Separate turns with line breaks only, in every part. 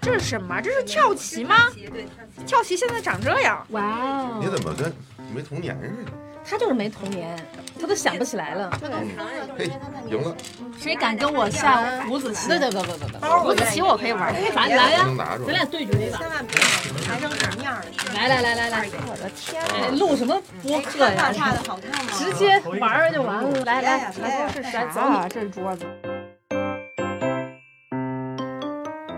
这是什么？这是跳棋吗？跳棋现在长这样，
哇
你
哦，
怎么跟没童年似的？
他就是没童年，他都想不起来了。
嘿，赢了，
谁敢跟我下五子棋？对对对对对对，
五子棋我可以玩。
来来
不
呀，
能拿出
咱
来
俩。对决一把。
万别还成什么样了？
来来来来来，
我的天，
啊
哎录什么播客
大
呀？
差的好看吗？
直接玩玩就完了。来来，来
这是
来走
啥？这桌子。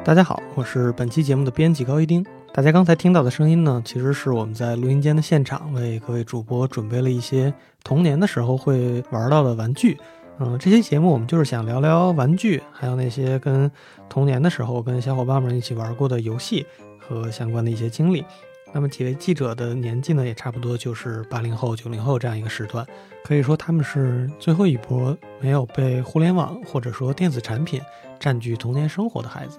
大家好，我是本期节目的编辑高一丁。大家刚才听到的声音呢，其实是我们在录音间的现场为各位主播准备了一些童年的时候会玩到的玩具。嗯、这期节目我们就是想聊聊玩具，还有那些跟童年的时候跟小伙伴们一起玩过的游戏和相关的一些经历。那么几位记者的年纪呢，也差不多就是八零后、九零后这样一个时段，可以说他们是最后一波没有被互联网或者说电子产品占据童年生活的孩子。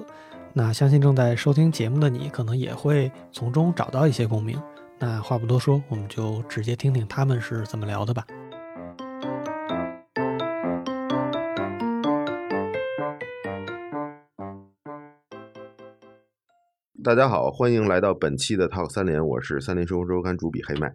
那相信正在收听节目的你，可能也会从中找到一些共鸣。那话不多说，我们就直接听听他们是怎么聊的吧。
大家好，欢迎来到本期的 Talk 三联，我是三联生活周刊主笔黑麦。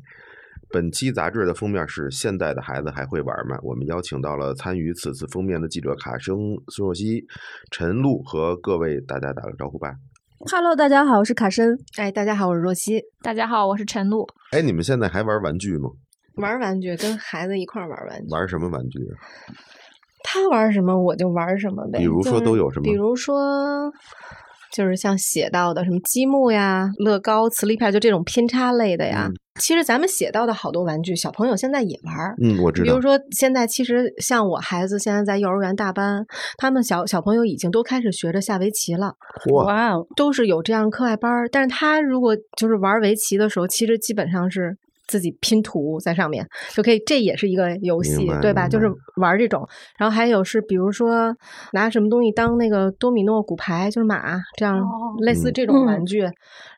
本期杂志的封面是“现代的孩子还会玩吗？”我们邀请到了参与此次封面的记者卡生、孙若曦、陈露和各位大家打个招呼吧。
Hello，大家好，我是卡申。
哎，大家好，我是若曦。
大家好，我是陈露。
哎，你们现在还玩玩具吗？
玩玩具，跟孩子一块儿玩玩具，
玩什么玩具？啊
他玩什么我就玩什么呗。
比如说
就是
都有什么
比如说，就是像写到的什么积木呀、乐高、磁力片，就这种拼插类的呀。
嗯
其实咱们写到的好多玩具，小朋友现在也玩儿。
嗯，我知
比
道
如。说，现在其实像我孩子现在在幼儿园大班，他们小小朋友已经都开始学着下围棋了。
嚯，
哦，都是有这样课外班儿，但是他如果就是玩围棋的时候，其实基本上是自己拼图在上面就可以，这也是一个游戏
明白，
对吧？
明
就是
白
玩这种，然后还有是比如说拿什么东西当那个多米诺骨牌，就是马这样、
哦
类似
嗯
这种玩
嗯
具，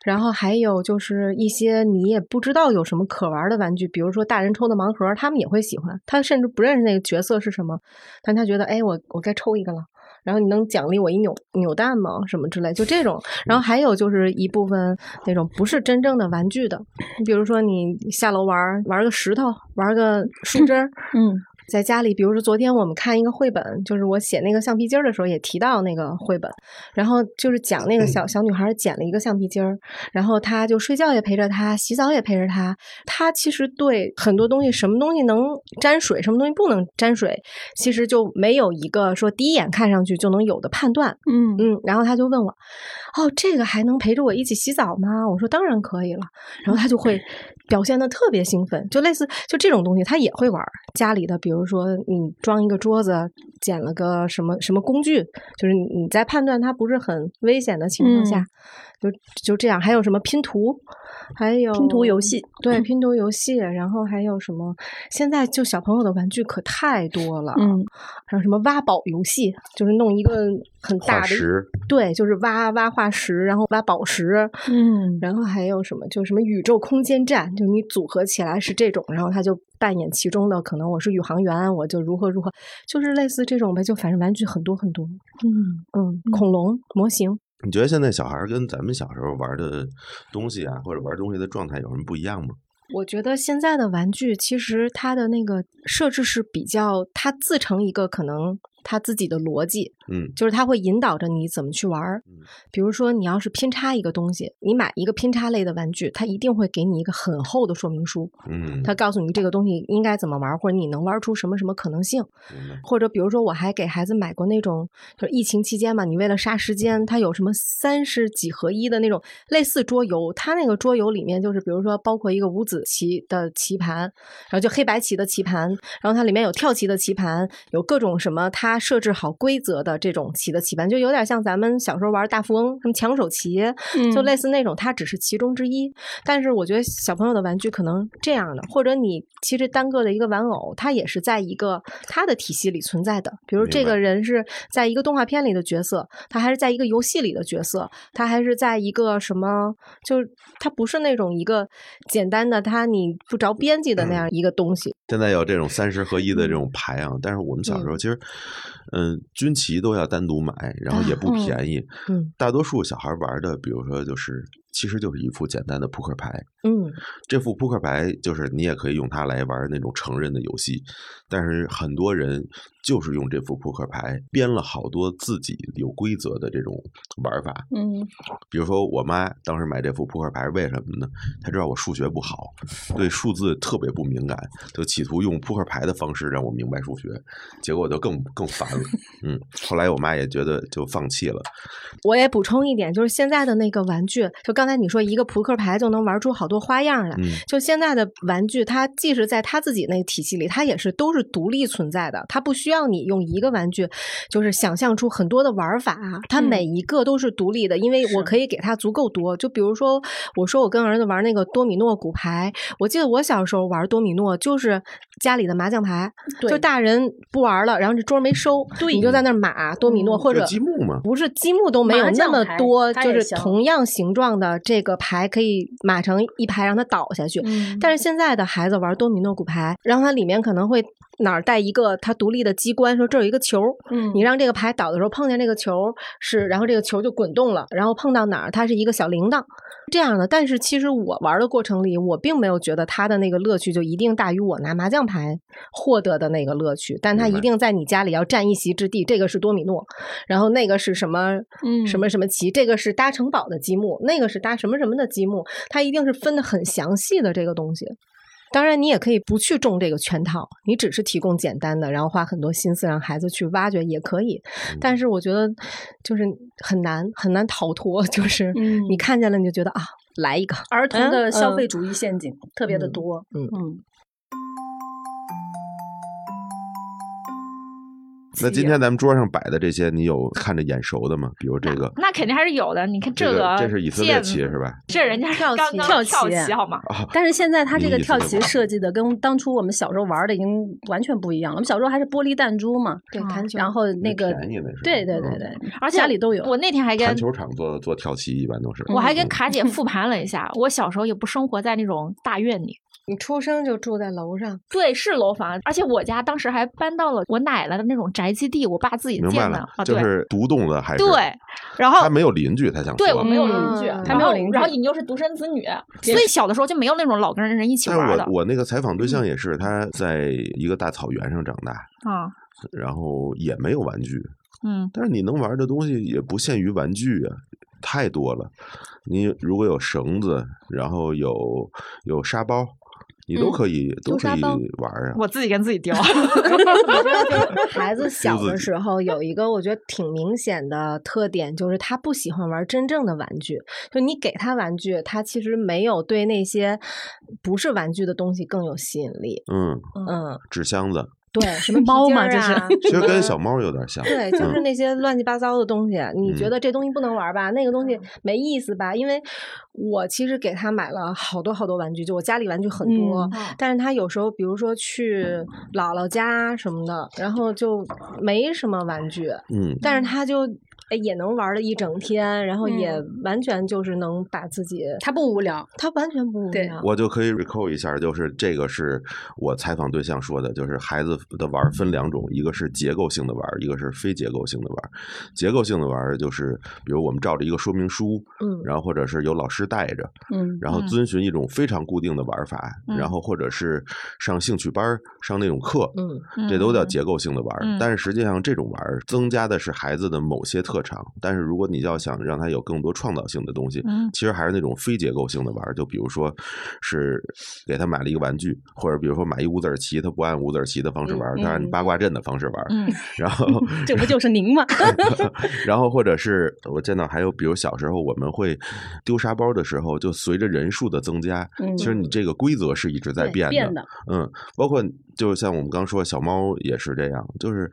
然后还有就是一些你也不知道有什么可玩的玩具，比如说大人抽的盲盒儿，他们也会喜欢，他甚至不认识那个角色是什么，但他觉得哎，我我该抽一个了。然后你能奖励我一扭扭蛋吗？什么之类，就这种。然后还有就是一部分那种不是真正的玩具的，比如说你下楼玩儿玩个石头，玩个树枝儿，
嗯，
在家里，比如说昨天我们看一个绘本，就是我写那个橡皮筋儿的时候也提到那个绘本，然后就是讲那个小小女孩捡了一个橡皮筋儿，然后她就睡觉也陪着她，洗澡也陪着她。她其实对很多东西，什么东西能沾水，什么东西不能沾水，其实就没有一个说第一眼看上去就能有的判断。
嗯
嗯，然后他就问我，哦，这个还能陪着我一起洗澡吗？我说当然可以了。然后他就会表现的特别兴奋，就类似就这种东西，他也会玩儿。家里的，比如说你装一个桌子，捡了个什么什么工具，就是你你在判断它不是很危险的情况下，就就这样。还有什么拼图，还
嗯
有
拼图游戏，嗯
对拼图游戏，然后还有什么？现在就小朋友的玩具可太多了，
嗯，
还有什么挖宝游戏，就是弄一个很大
化
的一
石，
对，就是挖挖化石，然后挖宝石，
嗯
然后还有什么，就是什么宇宙空间站，就你组合起来是这种，然后他就扮演其中的，可能我是宇航员，我就如何如何，就是类似这种呗，就反正玩具很多很多，
嗯，
嗯，恐龙模型，
你觉得现在小孩儿跟咱们小时候玩的东西啊，或者玩东西的状态有什么不一样吗？
我觉得现在的玩具其实它的那个设置是比较，它自成一个可能它自己的逻辑，
嗯，
就是它会引导着你怎么去玩儿
嗯。
比如说，你要是拼插一个东西，你买一个拼插类的玩具，它一定会给你一个很厚的说明书，
嗯，
它告诉你这个东西应该怎么玩儿，或者你能玩出什么什么可能性。
明白
或者比如说，我还给孩子买过那种，就是疫情期间嘛，你为了杀时间，它有什么三十几合一的那种类似桌游，它那个桌游里面就是，比如说包括一个五子棋的棋盘，然后就黑白棋的棋盘，然后它里面有跳棋的棋盘，有各种什么它设置好规则的这种棋的棋盘，就有点像咱们小时候玩大富翁什么抢手棋，就类似那种，它只是其中之一。但是我觉得小朋友的玩具可能这样的，或者你其实单个的一个玩偶，它也是在一个它的体系里存在的。比如
明
这
白
个人是在一个动画片里的角色，他还是在一个游戏里的角色，他还是在一个什么，就是它不是那种一个简单的它你不
嗯
着边际的那样一个东西。
现在有这种三十合一的这种牌啊，但是我们小时候其实嗯，军棋都要单独买，然后也不
啊嗯
便宜。
嗯
大多数小孩玩的，比如说就是，其实就是一副简单的扑克牌。
嗯，
这副扑克牌就是你也可以用它来玩那种成人的游戏，但是很多人就是用这副扑克牌编了好多自己有规则的这种玩法。
嗯，
比如说，我妈当时买这副扑克牌，为什么呢？她知道我数学不好，对数字特别不敏感，就企图用扑克牌的方式让我明白数学，结果我就更更烦了。嗯，后来我妈也觉得就放弃了。
我也补充一点，就是现在的那个玩具，就刚才你说一个扑克牌就能玩出好多花样来。
嗯
就现在的玩具，它既是在它自己那个体系里，它也是都是独立存在的，它不需要你用一个玩具，就是想象出很多的玩法，啊它
嗯
每一个都是独立的，因为我
是
可以给它足够多。就比如说，我说我跟儿子玩那个多米诺骨牌，我记得我小时候玩多米诺就是家里的麻将牌，
嗯
对
就大人不玩了，然后这桌没收，你就在那儿码多米诺、或者
就积木嘛，
不是积木都没有
嗯麻
那
将
么
牌
多，
它
就
也
是
行
同样形状的这个牌可以码成一排让它倒下去。
嗯
但是现在的孩子玩多米诺骨牌，然后它里面可能会哪儿带一个它独立的机关，说这儿有一个球，
嗯
你让这个牌倒的时候碰见这个球是，然后这个球就滚动了，然后碰到哪儿它是一个小铃铛这样的。但是其实我玩的过程里，我并没有觉得它的那个乐趣就一定大于我拿麻将牌获得的那个乐趣，但它
明
一
白
定在你家里要占一席之地。这个是多米诺，然后那个是什么？
嗯
什么什么棋，这个是搭城堡的积木，那个是搭什么什么的积木，它一定是分的很详细的这个东西。当然，你也可以不去中这个圈套，你只是提供简单的，然后花很多心思让孩子去挖掘也可以。但是我觉得就是很难很难逃脱，就是
嗯
你看见了你就觉得啊，来一个。
儿童的
嗯
消
嗯
费主义陷阱特别的
嗯
多。
嗯
嗯，
那今天咱们桌上摆的这些，你有看着眼熟的吗？比如这个，
那肯定还是有的。你看
这
个，
这是以色列旗是？吧？
这人家是
跳
刚
棋
刚
跳
跳
棋
好吗？
啊，
但是现在它这个
你意思
跳
是
棋
吧
设计的跟当初我们小时候玩的已经完全不一样了。我们小时候还是玻璃弹珠嘛，
对
啊
弹球，
然后那个
便宜那是
对对对
嗯
对，
而且
家里都有
我那天还跟
弹球场做做跳棋一般都是。
我还跟
嗯
卡姐复盘了一下，我小时候也不生活在那种大院里。
你出生就住在楼 上，
对，是楼房，而且我家当时还搬到了我奶奶的那种宅基地，我爸自己
明白
建的
了
啊，，
就
对
是独栋的还是
对，然后
他没有邻居，他想
对
说
我没有邻居，
嗯
他没有
然后
邻居
然后你又是独生子女，所以小的时候就没有那种老跟人一起
但
玩
是
的嗯
我我那个采访对象也是，他在一个大草原上长大，
啊，
然后也没有玩具，
嗯，
但是你能玩的东西也不限于玩具啊，太多了。你如果有绳子，然后有有沙包，你都
嗯
可以、都
有
可
沙
以
包
玩啊。
我自己跟自己丢，
孩子小的时候有一个我觉得挺明显的特点，就是他不喜欢玩真正的玩具。就你给他玩具，他其实没有对那些不是玩具的东西更有吸引力。
嗯，
嗯，
纸箱子
对，什么
猫嘛
皮筋 儿啊
这
其实跟
嗯
小猫有点像。
对，就是
嗯
那些乱七八糟的东西，你觉
嗯
得这东西不能玩吧？那个东西没意思吧？因为我其实给他买了好多好多玩具，就我家里玩具很多，
嗯
但是他有时候比如说去姥姥家什么的，然后就没什么玩具，
嗯，
但是他就。哎，也能玩了一整天，然后也
嗯
完全就是能把自己，
它不无聊。
他完全不无
对
聊。
我就可以 recall 一下，就是这个是我采访对象说的，就是孩子的玩儿分两种，一个是结构性的玩儿，一个是非结构性的玩儿。结构性的玩儿就是，比如我们照着一个说明书，
嗯
然后或者是有老师带着，
嗯，
然后
嗯
遵循一种非常固定的玩法，
嗯
然后或者是上兴趣班儿、上那种课，
嗯，
这都叫
嗯
结构性的玩儿。
嗯
但是实际上，这种玩儿增加的是孩子的某些特长，但是如果你要想让他有更多创造性的东西，
嗯
其实还是那种非结构性的玩儿，就比如说是给他买了一个玩具，或者比如说买一五子儿棋，他不按五子儿棋的方式玩儿，他
嗯
按八卦阵的方式 玩儿，
嗯
然后
这不就是您 吗？
然后或者是我见到还有，比如小时候我们会丢沙包的时候，就随着人数的增加，
嗯
其实你这个规则是一直在
对
变的。
变的
嗯，包括就像我们刚说，小猫也是这样，就是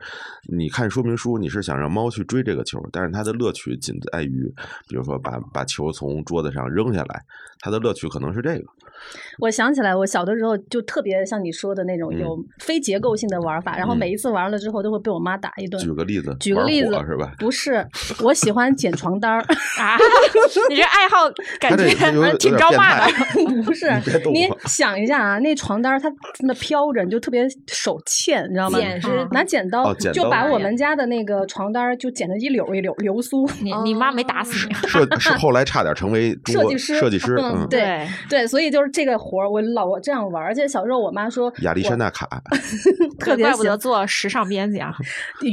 你看说明书，你是想让猫去追这个球，但是它的乐趣仅在于，比如说把把球从桌子上扔下来，它的乐趣可能是这个。
我想起来，我小的时候就特别像你说的那种
嗯
有非结构性的玩法，然后
嗯
每一次玩了之后都会被我妈打一顿。
举个例子，
举个
玩
例子
火是吧？
不是，我喜欢捡床单儿，
啊，你这爱好感
他这
觉
有有点
挺招骂的
变。态
不是
你别逗。
你
我
想一下啊，那床单儿它那飘着，你就特别手欠，你知道吗？
剪是
拿剪刀、
哦剪
就
刀
把我们家的那个床单儿就剪成一绺一绺流苏。
你你妈没打死你？啊
设是后来差点成为中
设
国
计师，
设计师，嗯，
对对，所以就是这个活儿，我老我这样玩儿，而且小时候我妈说
亚历山
我
大卡，
特别
怪不
喜
得做时尚编辑 啊！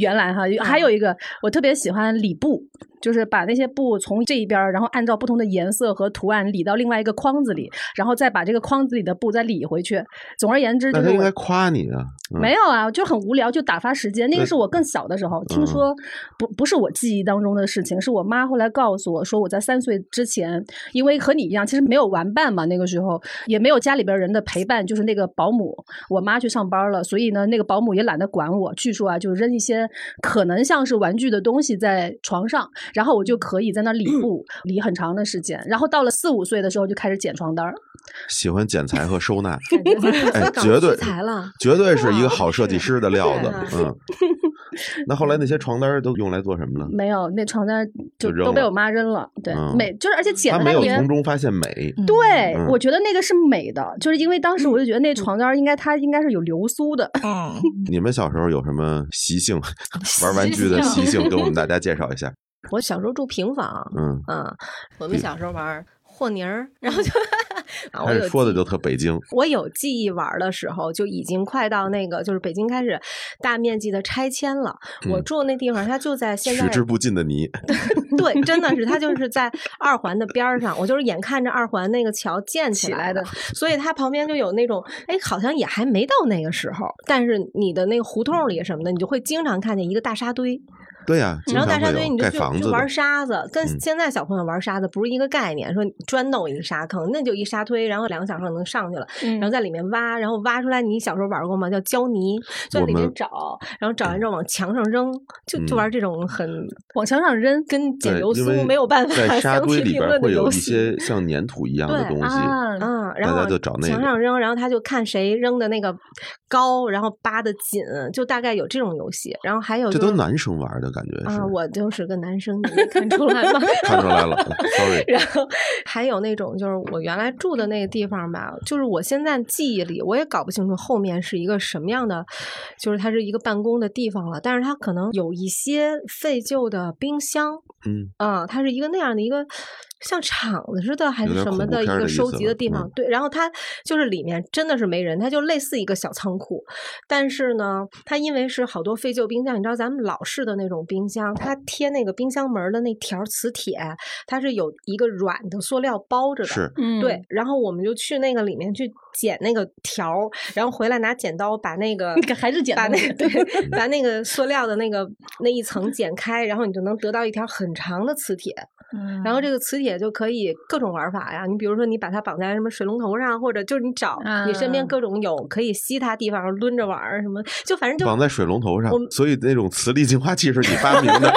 原来哈，还有一个我特别喜欢理布，就是把那些布从这一边儿，然后按照不同的颜色和图案理到另外一个框子里，然后再把这个框子里的布再理回去。总而言之， 就
那
是
他应该
我。
夸你啊，嗯
没有啊，就很无聊，就打发时间。那个
对
是我更小的时候听
嗯
说，不不是我记忆当中的事情，是我妈后来告诉我说，我在三岁之前，因为和你一样，其实没有玩伴嘛，那个时候也没有家里边人的陪伴，就是那个保姆，我妈去上班了，所以呢，那个保姆也懒得管我。据说啊，就扔一些可能像是玩具的东西在床上，然后我就可以在 那儿理布，理很长的时间。然后到了四五岁的时候，就开始捡床单儿。
喜欢剪裁和收纳，
感觉 咱 们
哎，
长
绝对
题材了，
绝对是一个好设计师的料子，
是
嗯。那后来那些床单儿都用来做什么了？
没有，那床单儿就
就扔
都被
了
我妈扔了。对，
嗯
每就是而且捡
他
的
没
还
有
也
从中发现美，
对，
嗯
我觉得那个是美的，就是因为当时我就觉得
嗯
那床单儿应该它应该是有流苏的。
嗯，
你们小时候有什么习性？ 玩玩具的习性，给我们大家介绍一下。
我小时候住平房，
嗯，
啊，我们小时候玩和泥儿，然后就啊， 我
开
有
始说的
记忆
就特北京，
我有记忆玩儿的时候，就已经快到那个，就是北京开始大面积的拆迁了。我
嗯
住那地方，它 就在现在
取之不尽的泥，
对，真的是它就是在二环的边儿上。我就是眼看着二环那个桥建起
起
来
来
的
的，
所以它旁边就有那种，哎，好像也还没到那个时候，但是你的那个胡同里什么的，你就会经常看见一个大沙堆，
对呀，经
然后
常
大沙
会
堆你
有
就
盖
去
房子
就
的
玩沙子，跟
嗯
现在小朋友玩沙子不是一个概念。说你专弄一个沙坑，那就一沙堆，然后两个小时能上去了，然后
嗯
在里面挖，然后挖出来。你小时候玩过吗？叫胶泥，就在
我
里面
们嗯
找，然后找完之后往墙上扔，就就玩这种很
往墙上扔，
跟捡
对
流
因
苏
为
没有办法
在沙
相
堆
提
里
并
边
论的
会有
游
一
戏。
些 像粘土一样的
对
东西，
嗯，然
大
后
家
往
就找那
墙
个
上扔，然后他就看谁扔的那个高，然后扒的紧，就大概有这种游戏。然后还有
这
就
都
是
男生玩的感觉是
啊，，我就是个男生，你没看出来吗？
看出来了，sorry，
然后还有那种就是我原来住的那个地方吧，就是我现在记忆里我也搞不清楚后面是一个什么样的，就是它是一个办公的地方了，但是它可能有一些废旧的冰箱，
嗯，
啊、它是一个那样的一个像厂子似的还
有
是
点
什
恐
么
怖
的一
片儿
个
的意
收
思
集
了
的地方，
嗯
对，然后它就是里面真的是没人，它就类似一个小仓库，但是呢，它因为是好多废旧冰箱，你知道咱们老式的那种冰箱，它贴那个冰箱门儿的那条磁铁，它是有一个软的塑料包着的。
是
嗯
对，，然后我们就去那个里面去剪那个条儿，然后回来拿剪刀把那个
还是捡
把
东
那
西
对把那个塑料的那个那一层剪开，然后你就能得到一条很长的磁铁，
嗯
然后这个磁铁就可以各种玩法呀。你比如说，你把它绑在什么水龙头上，或者就是你找你身边
啊
各种有可以吸它地方，抡着玩儿什么，就反正就
绑在水龙头上
我们，
所以那种磁力净化器是你发明 的，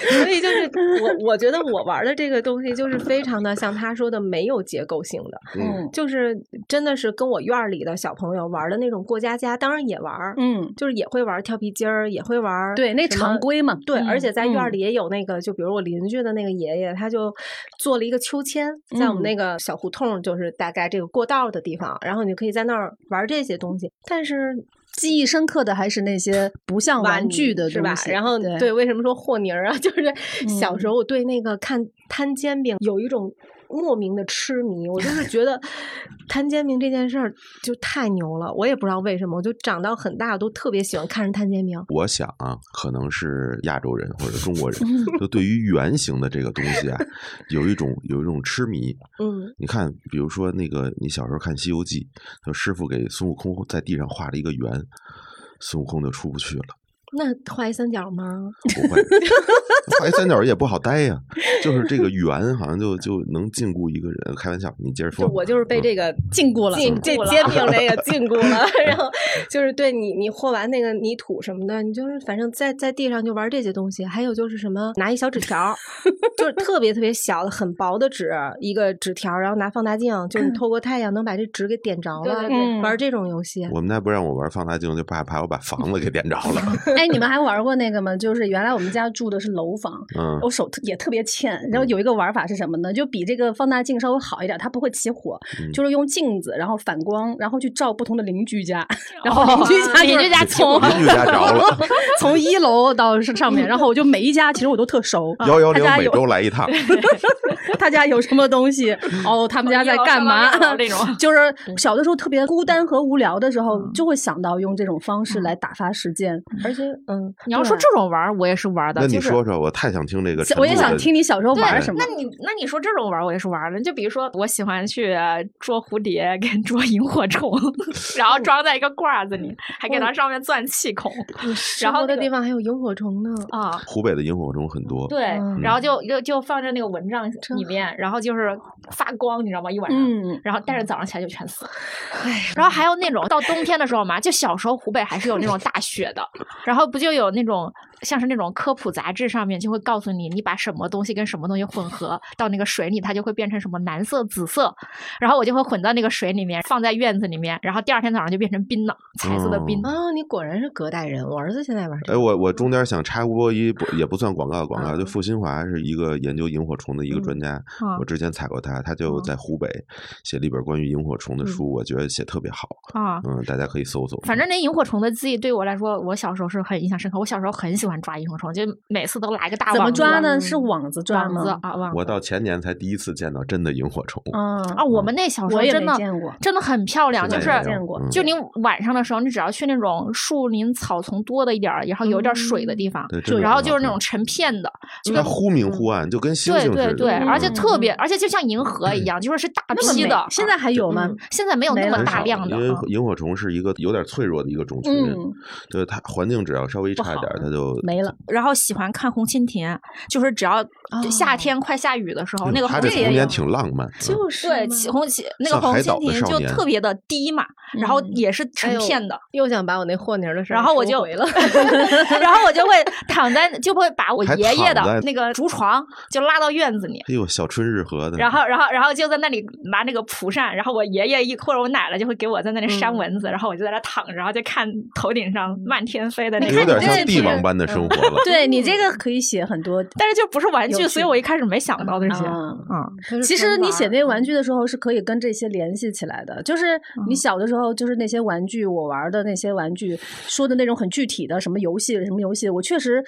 所以就是我我觉得我玩的这个东西就是非常的像他说的没有结构性的，
嗯，
就是真的是跟我院儿里的小朋友玩的那种过家家，当然也玩儿，
嗯，
就是也会玩跳皮筋儿，也会玩儿
对，那
什么
常规嘛，
对，而
嗯
且在院儿
嗯
里也有那个，就比如我邻居的那个爷爷，他就做了一个秋千，在我
嗯
们那个小胡同，就是大概这个过道的地方，然后你就可以在那儿玩这些东西。但是
记忆深刻的还是那些不像玩具的
是
东
吧？
西，
然后
对，嗯
为什么说和泥儿啊？ 就是小时候我对那个看摊煎饼有一种莫名的痴迷，我就是 觉得摊煎饼这件事儿就太牛了，我也不知道为什么，我就长到很大我都特别喜欢看人摊煎饼。
我想啊，可能是亚洲人或者中国人，就对于圆形的这个东西啊，有一种有一种痴迷。
嗯，
你看，比如说那个你小时候看《西游记》，就师傅给孙悟空在地上画了一个圆，孙悟空就出不去了。
那画一三角吗？
不会，画一三角也不好待呀、就是这个圆好像就就能禁锢一个人。开玩笑，你接着说。
我就是被
嗯
这个
禁锢了。
禁这
了
煎饼 这个禁锢了，然后就是对你你和完那个泥土什么的，你就是反正在在地上就玩这些东西，还有就是什么拿一小纸条 儿，就是特别特别小的很薄的纸，一个纸条儿，然后拿放大镜，就是你透过太阳能把这纸给点着
对
了
对，
对
玩这种游戏。
我们家不让我玩放大镜，就怕怕我把房子给点着了。
哎，你们还玩过那个吗？就是原来我们家住的是楼房，
嗯，
我手特也特别欠。然后有一个玩法是什么呢？就比这个放大镜稍微好一点，它不会起火，
嗯
就是用镜子，然后反光，然后去照不同的邻居家， 然后邻居家、
邻居哦家
从
邻居家着了，
从一楼到上上面，然后我就每一家其实我都特熟，
幺幺
他
零
家
每
有
周来一趟。
他家有什么东西，哦，他们家在干嘛
从一楼上哦到二楼那 种
就是小的时候特别孤单和无聊的时候，就会想到用这种方
嗯
式来打发时间。呃
而且，嗯，
你要
对
说这种玩儿，我也是玩儿的。
那你
就是
说说，我太想听这个
小
陈露
我
的。
也想听你小时候
对
玩什么
那。你那你说这种玩儿我也是玩儿的，就比如说我喜欢去呃捉蝴蝶跟捉萤火虫， 然后装在一个罐子里，还给它上面钻气孔
你生
后
活的
那
地
个
方还有萤火虫呢，
啊。
湖北的萤火虫很多。
对，
嗯
然后就就就放在那个蚊帐
真
里面，然后就是发光，你知道吗？一晚上。
嗯，
然后，但是早上起来就全死了。然后还有那种到冬天的时候嘛，就小时候湖北还是有那种大雪 的，然后不就有那种像是那种科普杂志上面就会告诉你，你把什么东西跟什么东西混合到那个水里，它就会变成什么蓝色、紫色。然后我就会混到那个水里面，放在院子里面，然后第二天早上就变成槟
哦
榔，彩色的槟榔。
啊，你果然是隔代人。我儿子现在玩这
哎，
个，
我我中间想插播一不也不算广告，广告就付新华是一个研究萤火虫的一个专家，
嗯
我之前采过他，他就
嗯
在湖北写了一本关于萤火虫的书，我觉得写特别好，
啊，
嗯，大家可以搜搜。
嗯反正那萤火虫的记忆对我来说，我小时候是很印象深刻。我小时候很喜欢抓萤火虫，就每次都拿一个大
怎么
网子啊
抓呢？是网子抓
网子
吗？
啊，网
我
子
到前年才第一次见到真的萤火虫，
嗯，
啊。我们那小时候
我也
真
没
的啊
见过。
真的很漂亮，就
现
是
在也没有
见过
嗯
就你晚上的时候，你只要去那种树林草丛多的一点儿，然后有一点水
嗯
的地方，
对真的
然后
很
就是那
好
种成片的，就
看它
跟
忽明忽暗，就跟星
嗯对
星似的。
对对，而且
嗯
特别，而且就像银河一样，就是是大
那么
批
美
的。啊
现在还有吗？
现在没有
没
那
了
么
很
大
少
量的
因为
啊，
萤火虫是一个有点脆弱的一个种群，
嗯
就是它环境只要稍微差一点儿，它就
没 了。
然后喜欢看红蜻蜓，就是只要
哦
夏天快下雨的时候，
哎呦
那个
他
红
这
蜻
童
蜓
年挺浪 漫，嗯
就是
对，
嘛
起红起那个
像
红
海岛
蜻
的
蜓
少
就
年
特别的低嘛，然后
嗯
也是成
哎呦
片的，
又想把我那和泥儿的事儿
然后我
收
就
回了。
然后我就会躺在，就会把我
还
爷爷
躺在
的那个竹床就拉到院子里。
哎呦，小春日和的，
然后，然后，然后就在那里拿那个蒲扇，然后我爷爷一或者我奶奶就会给我在那里扇蚊子，然后我就在那躺着，然后就看头顶上漫天飞的那
哎有
个。
点
这
像
个
帝
是
王般的生活 了。
对你这个可以写很多。
但是就不是玩
有
具，所以
趣
我一开始没想到这些。
嗯，
嗯，
其实你写那些玩具的时候是可以跟这些联系起来的，就是
嗯
你小的时候，就是那些玩具，我玩的那些玩具，说的那种很具体的什么游戏什么游戏，我确实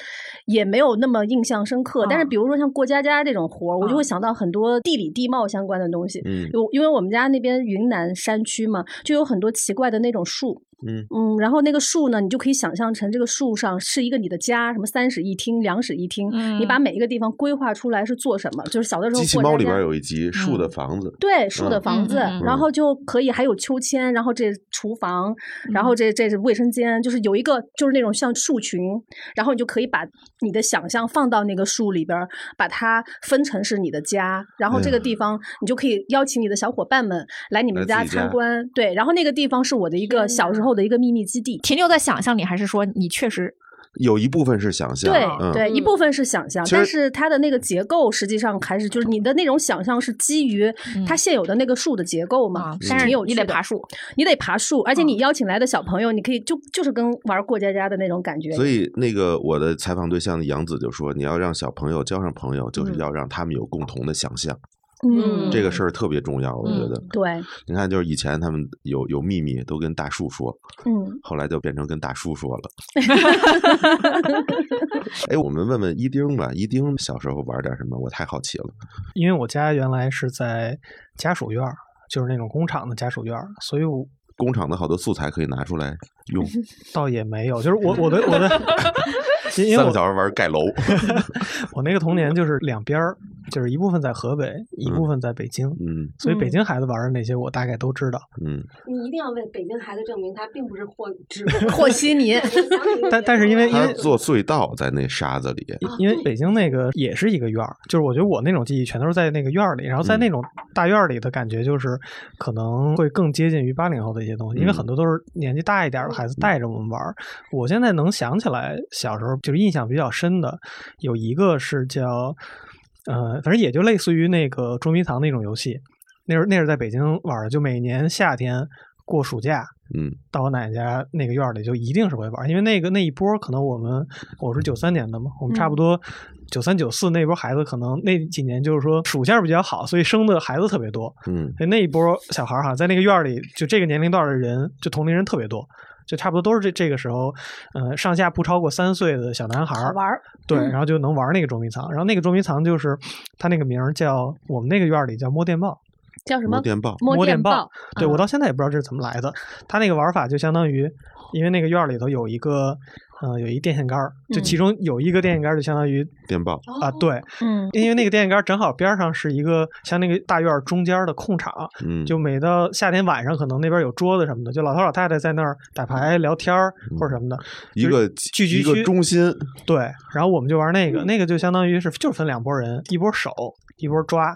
也没有那么印象深刻。但是
嗯
比如说像过家家这种活儿，我就
嗯
会想到很多地理地貌相关的东西。
嗯
有，因为我们家那边云南山区嘛，就有很多奇怪的那种树，
嗯
嗯，然后那个树呢，你就可以想象成这个树上是一个你的家，什么三室一厅、两室一厅，
嗯
你把每一个地方规划出来是做什么，就是小的时候
机器
过
猫
家
里
家
边有一集树
嗯
的房子，
对树的
嗯
房子，
嗯嗯
然
嗯
后就可以还有秋千，然后这厨房，然
嗯
后这这是卫生间，就是有一个就是那种像树群，然后你就可以把你的想象放到那个树里边儿，把它分成是你的家，然后
哎
这个
呀
地方你就可以邀请你的小伙伴们来你们
来自己
参
家
观，对，然后那个地方是我的一个小时候的一个秘密基地。
停留在想象里，还是说你确实
有一部分是想象，
对
嗯，
对，一部分是想象，
其
但
实
是它的那个结构实际上还是就是你的那种想象是基于它
嗯
现有的那个树的结构嘛
啊，？
是
但是
挺有
你
趣
得
的。
爬树，
你得爬树，而且
嗯
你邀请来的小朋友，你可以就就是跟玩过家家的那种感觉。
所以那个我的采访对象杨子就说，你要让小朋友交上朋友，就是要让他们有共同的想象，
嗯，
这个事儿特别重要，我觉
嗯
得。
对，
你看，就是以前他们有有秘密都跟大树说，
嗯，
后来就变成跟大叔说了。 哎，我们问问一丁吧，一丁小时候玩点什么？我太好奇了。
因为我家原来是在家属院儿，就是那种工厂的家属院儿，所以我
工厂的好多素材可以拿出来用，
倒也没有，就是我我的 我的，因因为
三个
我
小时玩盖楼。
我那个童年就是两边儿就是一部分在河北，一部
嗯
分在北京，
嗯
所以北京孩子玩的那些我大概都知道。
嗯，
你一定要为北京孩子证明他并不是霍只
和稀泥，
但但是因为因
他
为
做隧道在那沙子里，
因因为北京那个也是一个院儿，就是我觉得我那种记忆全都是在那个院儿里，然后在那种大院儿里的感觉就是可能会更接近于八零后的一些东西，因为
嗯
很多都是年纪大一点儿的孩子带着我们玩儿。我现在能想起来小时候就是印象比较深的，有一个是叫呃，反正也就类似于那个捉迷藏那种游戏，那是那是在北京玩儿的，就每年夏天过暑假，
嗯
到我奶奶家那个院儿里，就一定是会玩儿，因为那个那一波儿可能我们我是九三年的嘛，我
嗯
们差不多九三九四那波孩子，可能那几年就是说属相比较好，所以生的孩子特别多，
嗯
所以那一波儿小孩儿哈，在那个院儿里，就这个年龄段儿的人，就同龄人特别多。就差不多都是这这个时候，呃，上下不超过三岁的小男孩儿
玩儿嗯
对，然后就能玩那个捉迷藏。然后那个捉迷藏就是它那个名儿叫我们那个院儿里叫摸电报，
叫什
摸
么？
电报，
摸电
电
报
报，
对
啊
我到现在也不知道这是怎么来的。它那个玩法就相当于，因为那个院儿里头有一个，呃，有一电线杆儿，就其中有一个电线杆儿就相当于
电报，
啊、对，
嗯，
因为那个电线杆儿正好边儿上是一个像那个大院儿中间儿的空场，
嗯，
就每到夏天晚上，可能那边有桌子什么的，就老头老太太在那儿打牌聊天儿或者什么的，
一个
聚集
一个
区
中心，
对，然后我们就玩那个，
嗯
那个就相当于是就是分两拨人，一波守，一波抓，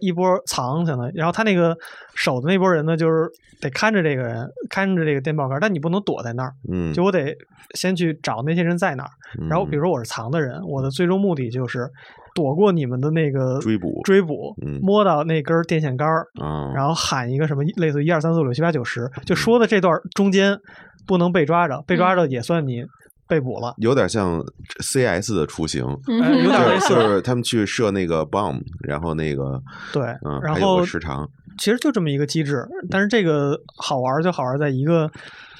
一波藏，相当于。然后他那个守的那波人呢，就是得看着这个人，看着这个电报杆，但你不能躲在那儿，
嗯，
就我得先去找那些人在哪儿。然后比如
说
说我是藏的人，我的最终目的就是躲过你们的那个
追捕
追捕
嗯，
摸到那根儿电线杆儿，
啊，
然后喊一个什么类似一二三四五六七八九十，就说的这段中间不能被抓着，被
嗯
抓着也算你被捕了。
有点像 CS 的雏形，
哎有
就
点类
是
似
就，是他们去射那个 bomb，然后那个
对
嗯，，
然
还有
后
个时长，嗯
其实就这么一个机制，但是这个好玩儿就好玩儿在一个，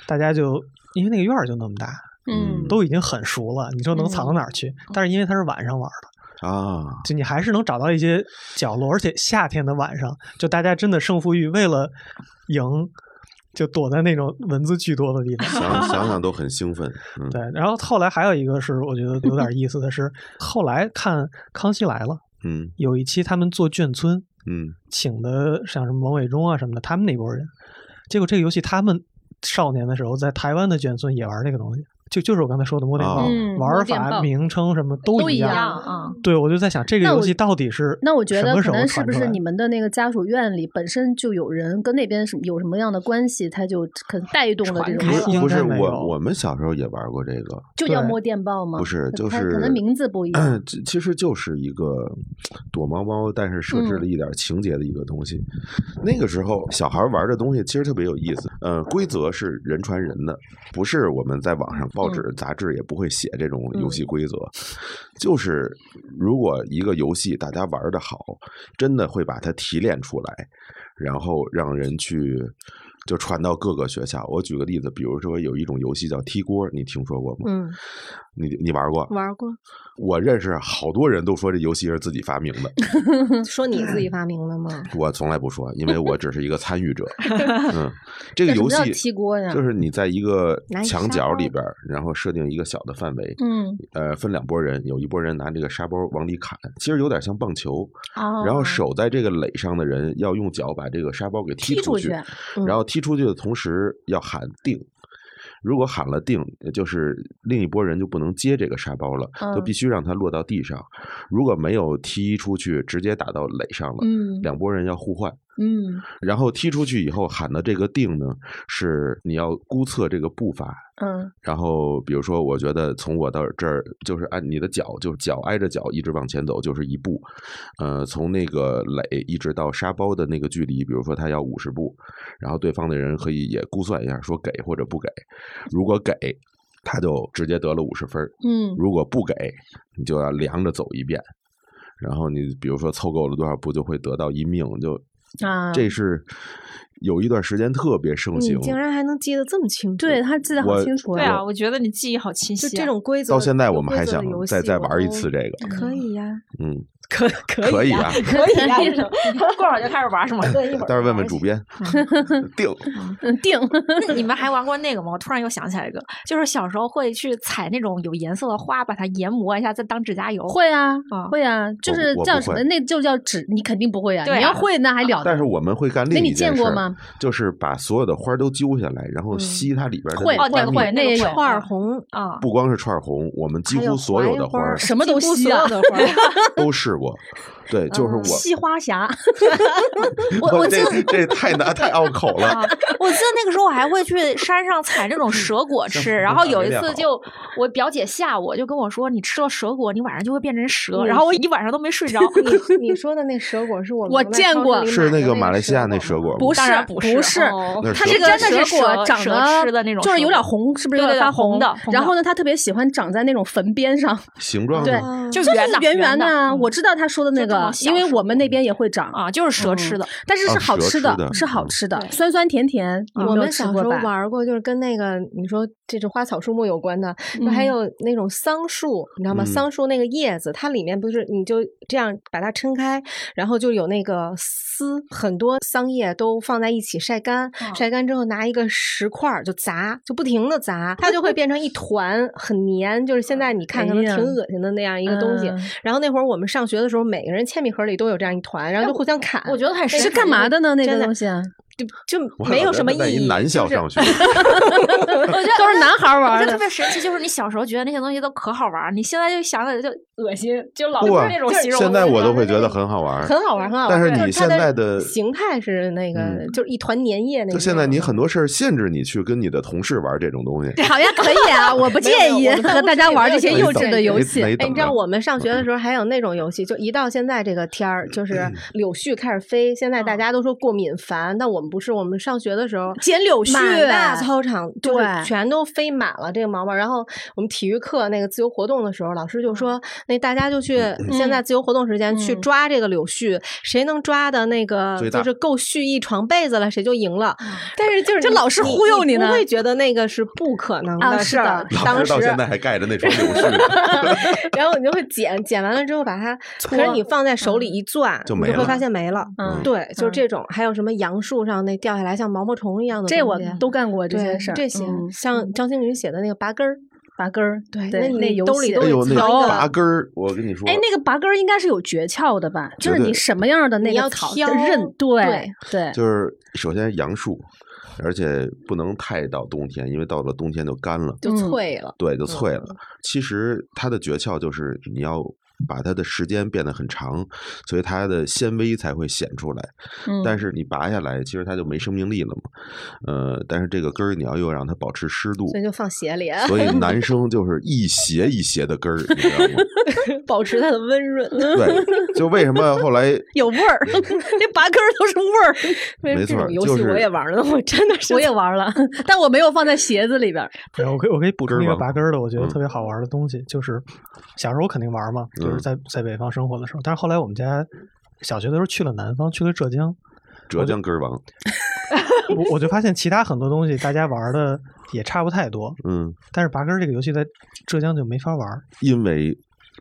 大家就因为那个院儿就那么大，
嗯，
都已经很熟了，你说能藏到哪儿去？但是因为它是晚上玩儿的，
啊，
就你还是能找到一些角落，而且夏天的晚上，就大家真的胜负欲为了赢，就躲在那种蚊子巨多的地方。
想想想都很兴奋，嗯，
对，然后后来还有一个是我觉得有点意思的是，后来看《康熙来了》
嗯
有一期他们做眷村，
嗯
请的像什么王伟忠啊什么的，他们那波人。结果这个游戏他们少年的时候在台湾的眷村也玩这个东西，就就是我刚才说的摸电报、
哦
嗯摸
玩
电
法、
报
名称什么都
都一
样。
样
啊，
对，我就在想这个
那
游
我
戏到底是
那我觉
什
得
么时
可
候
能是
传
不
出
是
来
你们的那个家属院里本身就有人跟那边是有什么样的关系，他就可能带动了这
传开了
种，
应该
不是
没有
我我们小时候也玩过这个，
就叫
对
摸电报吗？
不是就
它
是嗯
可能名字不一样。
其其实就是一个躲猫猫，但是设置
嗯
了一点情节的一个东西。那个时候小孩玩的东西其实特别有意思，呃，规则是人传人的，不是我们在网上报纸、
嗯
杂志也不会写这种游戏规则，就是如果一个游戏大家玩的好，真的会把它提炼出来，然后让人去。就传到各个学校。我举个例子，比如说有一种游戏叫踢锅，你听说过吗？
嗯，
你你玩过？
玩过，
我认识好多人都说这游戏是自己发明的，
说你自己发明的吗？
我从来不说，因为我只是一个参与者。嗯，这个
那什
游
么叫
戏
踢锅呀
就是你在一个
拿一
墙
沙
角
包
里边儿，然后设定一个小的范围，
嗯，
呃，分两拨人，有一拨人拿这个沙包往里砍，其实有点像棒球，
哦
然后守在这个垒上的人要用脚把这个沙包给踢
踢出
去，
去
嗯
然后踢出去的同时要喊定。如果喊了定，就是另一拨人就不能接这个沙包了，就
嗯
必须让它落到地上。如果没有踢出去，直接打到垒上了，
嗯
两拨人要互换。
嗯
然后踢出去以后喊的这个定呢，是你要估测这个步伐，
嗯
然后比如说，我觉得从我到这儿就是按你的脚，就是脚挨着脚一直往前走，就是一步。呃，从那个垒一直到沙包的那个距离，比如说他要五十步，然后对方的人可以也估算一下，说给或者不给。如果给，他就直接得了五十分儿；
嗯
如果不给，你就要量着走一遍。然后你比如说凑够了多少步，就会得到一命。就
啊，
这是有一段时间特别盛
你
行。
嗯竟然还能记得这么清楚？
对他记得好
我
清楚
对啊，
啊。
我觉得你记忆好清晰、
就
啊，
这种规则，
到现在我们
规
还
则的
想
游
再
戏
再
我
玩一
都
次这个，
可以呀、
嗯，
可
可以啊，
可以呀，是吧
过会儿就开始玩什么？
对，一会儿
待会儿问问主编，定
嗯，定
那你们还玩过那个吗？我突然又想起来一个，就是小时候会去采那种有颜色的花，把它研磨一下，再当指甲油。
会啊
啊，
会啊，就
我不
是
我
叫
不
什么？
会
那就叫指，你肯定不会啊！
对
你要
啊
会那还了
但
得？
是我们会干另
那你
一件
见
事
过
儿
吗，
就是把所有的花儿都揪下来，然后吸它里边的
会
那个
哦，对
花蜜
会，
那
个
也有
会
花儿 红，
啊，
不光是串儿红，我们几
还有
乎所有
槐
的花儿
儿
什么都
几乎
吸
所有
啊
的花 儿
都试过。对，就是我，嗯
西花侠，
我 这这太难太拗口了。
啊我记得那个时候我还会去山上采那种蛇果吃，然后有一次就我表姐吓我，就跟我说你吃了蛇果，你晚上就会变成
嗯
蛇，然后我一晚上都没睡着。
你你说的那蛇果是我
我
们在
见
超市
过
里
是
买
那
的
个
那
马来西亚那
吗
蛇果吗？
不是
当然不
不
是
是
哦，
那
它
嗯蛇
这
果
个
真的
蛇
是蛇
果长
蛇吃的
得
那种
就是有
蛇
点
果
红，是不是有点
对对对
发
红的红
然后
的
呢，它特别喜欢长在那种坟边上，
形状
对
呢，
嗯就
就是
圆的
圆圆
的
的。我
嗯
知道他说的那
就这么
个，
小
因为
是
我
吗
们那边也会长，
啊，就是蛇吃的，
但是
哦
是好
蛇
吃
吃的
是好
嗯
吃的
对，
酸酸甜甜。你嗯
我
没有
们
吃
小时
过
候
吧
玩儿过，就是跟那个你说这是花草树木有关的，就还
嗯
有那种桑树，你知道吗？
嗯
桑树那个叶子，它里面不是你就这样把它撑开，然后就有那个丝，很多桑叶都放在一起晒干，晒干之后拿一个石块儿就砸，就不停的砸，它就会变成一团，很黏，就是现在你看可能
哎呀
挺恶心的那样一个东西。
嗯
然后那会儿我们上学的时候，每个人铅笔盒里都有这样一团，然后就互相砍。
我觉得很神
哎是
奇
干嘛的呢？那
真
个
的
东西 啊
就就
我还
没有
老
什么
在
意
一
义。
男校
就是
上学，
都是 男孩儿
我
玩
觉
的
得特。别神奇，就是你小时候觉得那些东西都可好玩儿，你现在就想想就恶心，就老
不
是
啊
那种形容词。
现在我
啊
都会觉得很好玩儿。
很好玩，很好
但
玩。
是
就
你
它
现在的
形态是那个，
嗯
就是一团粘液那
就
个。
现在你很多事儿限制你去跟你的同事玩这种东西，
好呀，可以啊， 我不介
没有
意
我们
和
办
大家
公室
玩
也
这些
有这
幼
种
稚的
东
游
没
戏。
没
哎，
等
你知道
着
我们上学的时候还有那种游戏，就一到现在这个天儿，
嗯
就是柳絮开始飞。现在大家都说过敏烦，但我们不是，我们上学的时候
捡柳絮
满大操场就是
对
全都飞满了这个毛毛。然后我们体育课那个自由活动的时候，老师就说，那大家就去
嗯
现在自由活动时间去
嗯
抓这个柳絮，谁能抓的那个
最大
就是够絮一床被子了，谁就赢了。嗯但是就是
这
你
老师忽悠
你
你呢
不会觉得那个是不可能
啊
的
是
事儿
的。
老
当
师到
时
现在还盖着那床柳絮，
然后你就会剪，剪完了之后把它，可是你放在手里一攥，
就
你
没
就会
了
发现没了。
嗯
对，就是
嗯
这种，还有什么杨树上那掉下来像毛毛虫一样的东西，啊
这我都干过这
对
些事儿。
这些
嗯
像张星云写的那个拔根儿，
拔根儿，
对
对，
那你
游
兜里
戏
都
哎
有
呦，那
有
拔根儿，我跟你说，
哎，那个拔根儿应该是有诀窍的吧？
绝
就是你
对
什么样的那
你要
个草
挑
认，对
对
对，
就是首先杨树，而且不能太到冬天，因为到了冬天就干了，
就
嗯
脆了。
对，就脆
嗯
了。其实它的诀窍就是你要把它的时间变得很长，所以它的纤维才会显出来。
嗯
但是你拔下来，其实它就没生命力了嘛。呃，但是这个根儿你要又让它保持湿度
所，以就放鞋里，啊
所 以男生就是一斜一斜的根儿，你知道吗？
保持它的温润。
对，就为什么后来
有味儿， 那拔根儿都是味儿。
没
这
错
种游
就
戏我
是
也玩了，我真的是
我也玩了， 但我没有放在鞋子里边儿。
对，我可以我可以补充一
根儿
个
吗
拔根儿的，我觉得
嗯
特别好玩的东西，就是小时候肯定玩嘛，就
嗯
是在在北方生活的时候，但是后来我们家小学的时候去了南方，去了浙江，
浙江根儿王，
我我就发现其他很多东西大家玩的也差不太多，
嗯，
但是拔根儿这个游戏在浙江就没法玩儿，
因为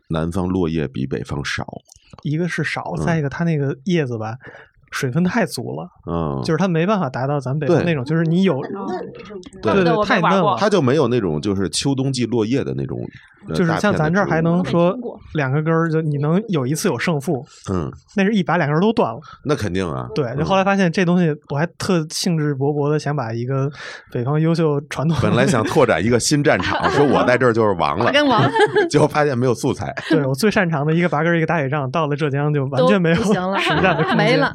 南方落叶比北方少，
一个是少，再一个它那个叶子吧。水分太足了，
嗯，
就是它没办法达到咱们北方
对
那种，就是你有
对
对
对
对，
我没
太
玩
嫩
过
了，
它就没有那种就是秋冬季落叶的那种，呃
就是像咱这儿还能，
大
说
听过
两个根儿，就你能有一次有胜负，
片的植物嗯，
那是一把两根儿都断了。
那肯定啊，
对，就后来发现这东西，我还特兴致勃勃的想把一个北方优秀传统，
本来想拓展一个新战场，说我在这儿就是王 了，
跟王
结果发现没有素材，
对我最擅长的一个拔根儿一个打雪仗，到了浙江就完全没有
都不行了
实战的空间
没了。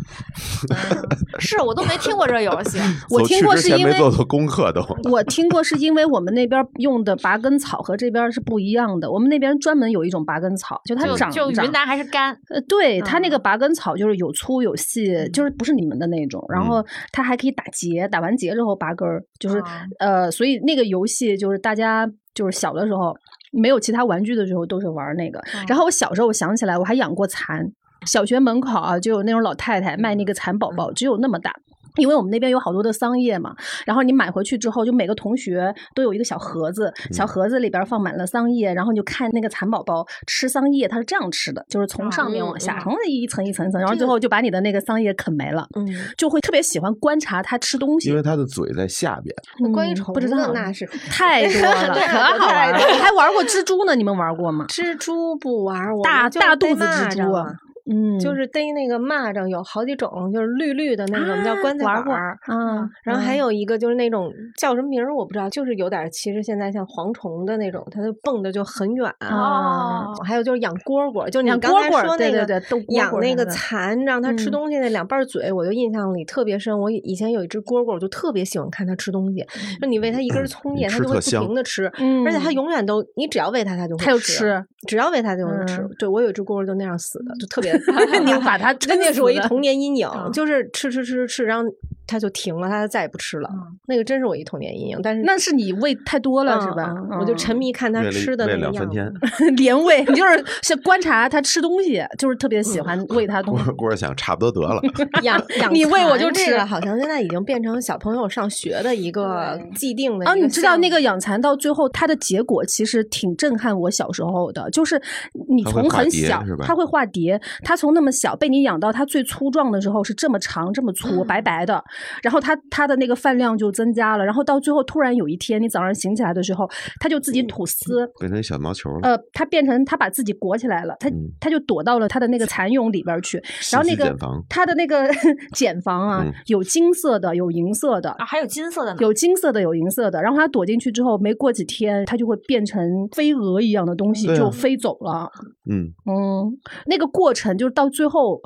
是我都没听过这游戏，
我
走
听
去
过
之
是
前
因
没
为
做做功课都，
我听过是因为我们那边用的拔根草和这边是不一样的，我们那边专门有一种拔根草，就它
就
长
就
长
云。南还是干，
呃，对，它那
嗯
个拔根草就是有粗有细，就是不是你们的那种，
嗯
然后它还可以打结，打完结之后拔根儿，就是
啊
呃，所以那个游戏就是大家就是小的时候没有其他玩具的时候都是玩那个，
哦
然后我小时候我想起来我
嗯
还养过蚕，小学门口啊就有那种老太太卖那个蚕宝宝，只有那么大。因为我们那边有好多的桑叶嘛，然后你买回去之后，就每个同学都有一个小盒子，
嗯
小盒子里边放满了桑叶，然后你就看那个蚕宝宝吃桑叶，它是这样吃的，就是从上面往下，
嗯嗯
从一层一层一层，然后
这
最
个
后就把你的那个桑叶啃没了，
嗯，
就会特别喜欢观察它吃东西
因。为它的嘴在下边，
嗯
关于虫
不知
子
道
那是
太多了，
对啊
可好玩了，还玩过蜘蛛呢，你们玩过吗？
蜘蛛不 玩儿，我
大
们就
大
是逮
肚子蜘
蚂
蛛
蚱
啊
嘛
嗯，
就是逮那个蚂蚱有好几种，就是绿绿的那个，我们叫
啊
棺材
玩儿
板
过
儿。
啊，
然后还
有
有一个就是那种叫什么名儿我不知道，就是有点儿其实现在像蝗虫的那种，它就蹦的就很远。
啊，
哦
还有就是养蝈蝈，就是
养
你刚
蝈
才
蝈
说
对
那
对
个
对斗蝈
养
蝈
那
那
个
个
蚕，让它吃
嗯
东西那两瓣儿嘴，我就印象里特别深。我以前有一只蝈蝈，我就特别喜欢看它吃东西，就你喂它一根儿葱
嗯你
叶，它
吃
就会
特
不
香
停的吃，
嗯
而且它永远都，你只要喂它，它就会
它就
吃，
吃，
只要喂它就会吃。
嗯，
对我有一只蝈蝈就那样死的，就特别
你把它
那
撑
那是
死
我一
的嗯
童年阴影
啊，
就是吃吃吃吃吃，然后它就停了，它就再也不吃了。那个真是我一童年阴影，但是
嗯那是你喂太多了是
嗯
吧
嗯？我就沉
迷。
迷看它
喂了一
吃的
喂
那
了
个
两
样
三
子
天，
连喂，你就是想观察它吃东西，就是特别喜欢喂 它东
蝈
西。
蝈儿想差不多 得了，
养 养
你喂我
蚕
就
这
吃
个好像现在已经变成小朋友上学的一个
对
既定的
啊，
一
你知道
项
那
目
个养蚕到最后，它的结果其实挺震撼我小时候的，就是你
它会
从
化
很
蝶
小
是吧，
它会化蝶，它从那么小被你养到它最粗壮的时候是这么长这么粗
嗯
白白的，然后它它的那个饭量就增加了，然后到最后突然有一天你早上醒起来的时候，它就自
嗯
己吐丝，
变成小毛球了。
呃，它变成它把自己裹起来了，它
嗯
它就躲到了它的那 个蚕蛹里边儿去，然后那
信息
个
茧房
它的那个 茧房啊
嗯，
有金色的，有银色的，
啊，还有金色的呢，
有金色的，有银色的。然后它躲进去之后，没过几天，它就会变成飞蛾一样的东西，
对啊
就飞走了。
嗯，
嗯，那个过程就是到最后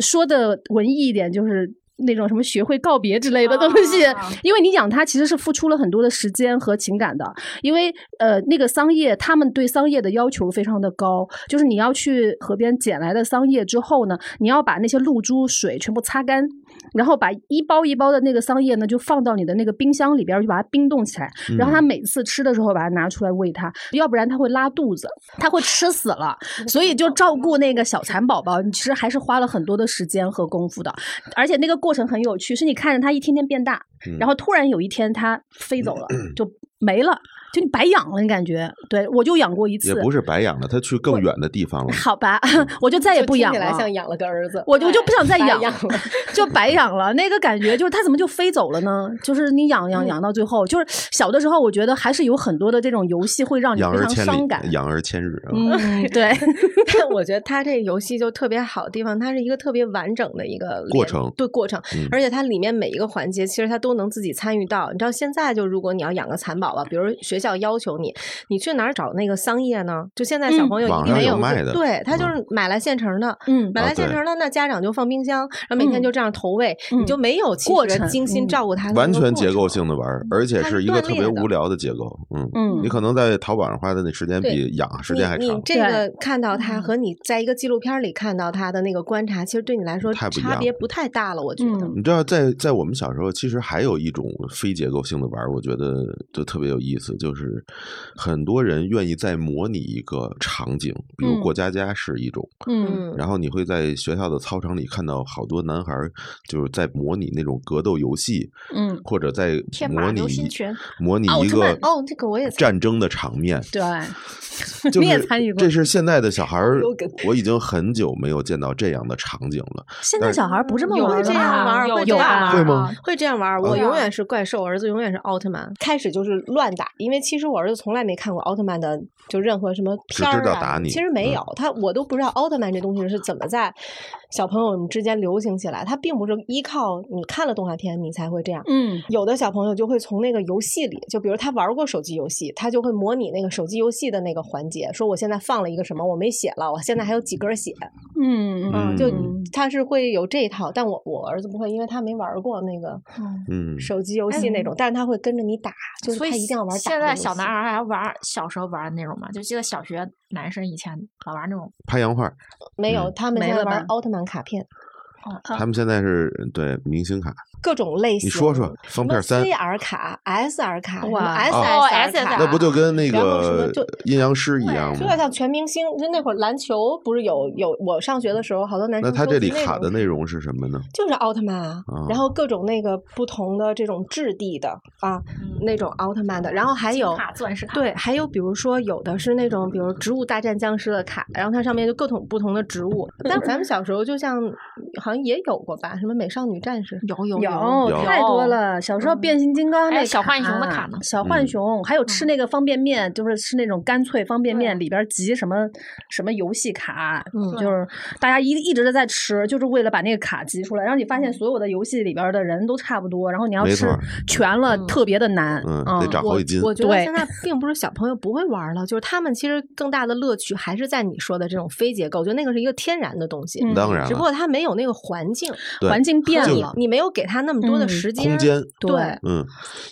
说的文艺一点，就是那种什么学会告别之类的东西，
啊
因为你养它其实是付出了很多的时间和情感的。因为呃，那个桑叶他们对桑叶的要求非常的高，就是你要去河边捡来的桑叶之后呢，你要把那些露珠水全部擦干。然后把一包一包的那个桑叶呢，就放到你的那个冰箱里边儿，就把它冰冻起来。
嗯
然后它每次吃的时候，把它拿出来喂它，要不然它会拉肚子，它会吃死了。
嗯
所以就照顾那个小蚕宝宝，你其实还是花了很多的时间和功夫的，而且那个过程很有趣，是你看着它一天天变大，
嗯
然后突然有一天它飞走了，就没了，就你白养了，你感觉？对我就养过一
也
次，
不是嗯白养的，它去更远的地方了。
好吧，我就再也
就
不
听
养
起来
了。
像养了个儿子，
我就我就不想再
白
养
养了
就白养了。那个感觉就是它怎么就飞走了呢？就是你养
嗯
养养到最后，就是小的时候，我觉得还是有很多的这种游戏会让你
养
非
儿
常
千
伤感
里，。养儿千日啊！
嗯，对，
但我觉得它这个游戏就特别好的地方，它是一个特别完整的一个
过
连
程
对过程，
嗯
而且它里面每一个环节，其实它都能自己参与到。你知道现在就如果你要养个蚕宝宝，比如学校要求你，你去哪儿找那个桑叶呢？就现在小
嗯
朋友
网
一定
上
没
有
个
卖的
对，它就
嗯
是买来现成的。
嗯，
买
啊
来现
对
成的，那家长就放冰箱，然后每天
嗯
就这样投喂，
嗯
你就没有其
过
实
程
精心
嗯
照顾它的
完
那个
全
过
结构
程
性的玩儿，而且
它
是
是
一个
锻
特别
炼的
无聊的结构。嗯，
嗯
你可能在淘宝上花的那时间
对
比养啊时
你
间还
你
长。
这个看到
嗯
它和你在一个纪录片里看到它的那个观察，其实对你来说
太不一
差
样
别
了
不太大了，我觉得。
嗯
你知道在，在我们小时候，其实还有一种非结构性的玩儿，我觉得就特别有意思，就是很多人愿意再模拟一个场景，比如
嗯
过家家是一种，
嗯
嗯，
然后你会在学校的操场里看到好多男孩儿就是在模拟那种格斗游戏，
嗯，
或者在
天马
模拟
流星拳
模拟
奥
一
特曼
个
哦这个我也参
战争的场面，
对，
就
你也
是
参与过
这是现在的小孩儿
有梗，
我已经很久没有见到这样的场景了。
现在小孩不这么
有
玩
会
了
这
吧
样玩儿，
有
会这
吧
样
啊
玩儿，
会吗？
会这样玩儿。我
对啊
永远是怪兽，儿子永远是奥特曼。开始就是乱打，因为其实我儿子从来没看过奥特曼的，就任何什么
只
片
知
儿
道
啊
打你
其实
嗯
没有，他我都不知道奥特曼这东西是怎么在小朋友们之间流行起来。他并不是依靠你看了动画片你才会这样。
嗯
有的小朋友就会从那个游戏里，就比如他玩过手机游戏，他就会模拟那个手机游戏的那个环节，说我现在放了一个什么，我没写了，我现在还有几根血，
嗯嗯
嗯
就他是会有这一套。但我我儿子不会，因为他没玩过那个
嗯，
手机游戏那种，但是他会跟着你打，就是
哎所
他
以
一定要玩打。
现在小男，孩还玩小时候玩的那种嘛，就记得小学男生以前老玩那种
拍洋画儿，
没有，
嗯
他们
没
现在
了
玩
吧
奥特曼卡片，
他们现在是对明星卡，
各种类型。
你说说
什
方
么
片三
CR 卡、SR 卡、什么
哇
SSR 卡，
哦
那不就跟那
然后什么
个
就
阴阳师一样
就有
吗
点？像全明星。就那会儿篮球不是有有，我上学的时候好多男
那
生
他
收
这里
集那
卡
种
的内容是什么呢？
就是奥特曼啊，然
啊
后各种那个不同的这种质地的啊，那种奥特曼的，然后还有
卡、钻石卡，
对，还有比如说有的是那种，比如植物大战僵尸的卡，然后它上面就各种不同的植物。但咱们小时候就像好像也有过吧，什么美少女战士，
有有
有
太多了。小时候变形金刚
还有
那
小浣熊的卡呢嗯
小浣
嗯
熊，还有吃那个方便面，就是吃那种干脆方便面，里边集什么什么游戏卡，
嗯
就是大家一一直在吃，就是为了把那个卡集出来。然后你发
嗯
现所有的游戏里边的人都差不多，然后你要
没
吃
错
全了，
嗯
特别的难。
嗯，得长
我
好几斤。
我觉得
对
现在并不是小朋友不会玩了，就是他们其实更大的乐趣还是在你说的这种非结构，我觉得那个是一个天然的东西，
嗯
当然
只不
了，
过他没有那个环境，
对
环境变
就
你
了，
你没有给他那么多的
嗯
时间，
空间。
对，
嗯，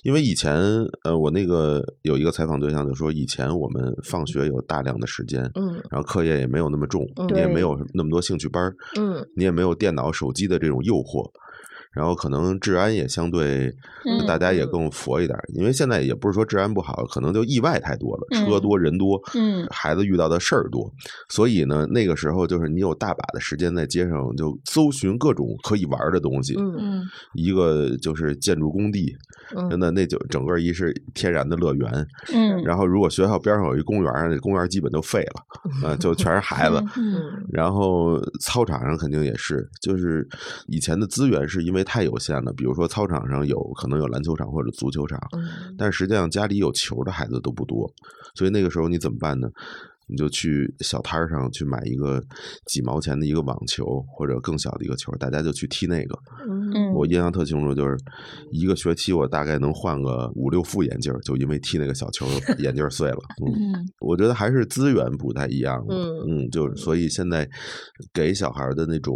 因为以前呃，我那个有一个采访对象就说，以前我们放学有大量的时间，
嗯
然后课业也没有那么重，
嗯
你也没
对
有那么多兴趣班儿，
嗯，
你也没有电脑、手机的这种诱惑，然后可能治安也相对，
嗯
大家也
嗯
更佛一点儿。因为现在也不是说治安不好，可能就意外太多了，车
嗯
多人多，
嗯
孩子遇到的事儿多，所以呢，那个时候就是你有大把的时间在街上就搜寻各种可以玩儿的东西，
嗯
嗯，
一个就是建筑工地，
嗯
真的那就整个一是天然的乐园，
嗯，
然后如果学校边上有一公园儿，那公园儿基本就废了，呃，就全是孩 子。
嗯
然后操场上肯定也是，就是以前的资源是因为太有限了，比如说操场上有可能有篮球场或者足球场，
嗯
但实际上家里有球的孩子都不多，所以那个时候你怎么办呢？你就去小摊儿上去买一个几毛钱的一个网球，或者更小的一个球，大家就去踢那个。
嗯
嗯
我印象特清楚，就是一个学期我大概能换个五六副眼镜儿，就因为踢那个小球儿眼镜儿碎 了。嗯，
嗯，
我觉得还是资源不太一样了。
嗯
嗯，就是所以现在给小孩儿的那种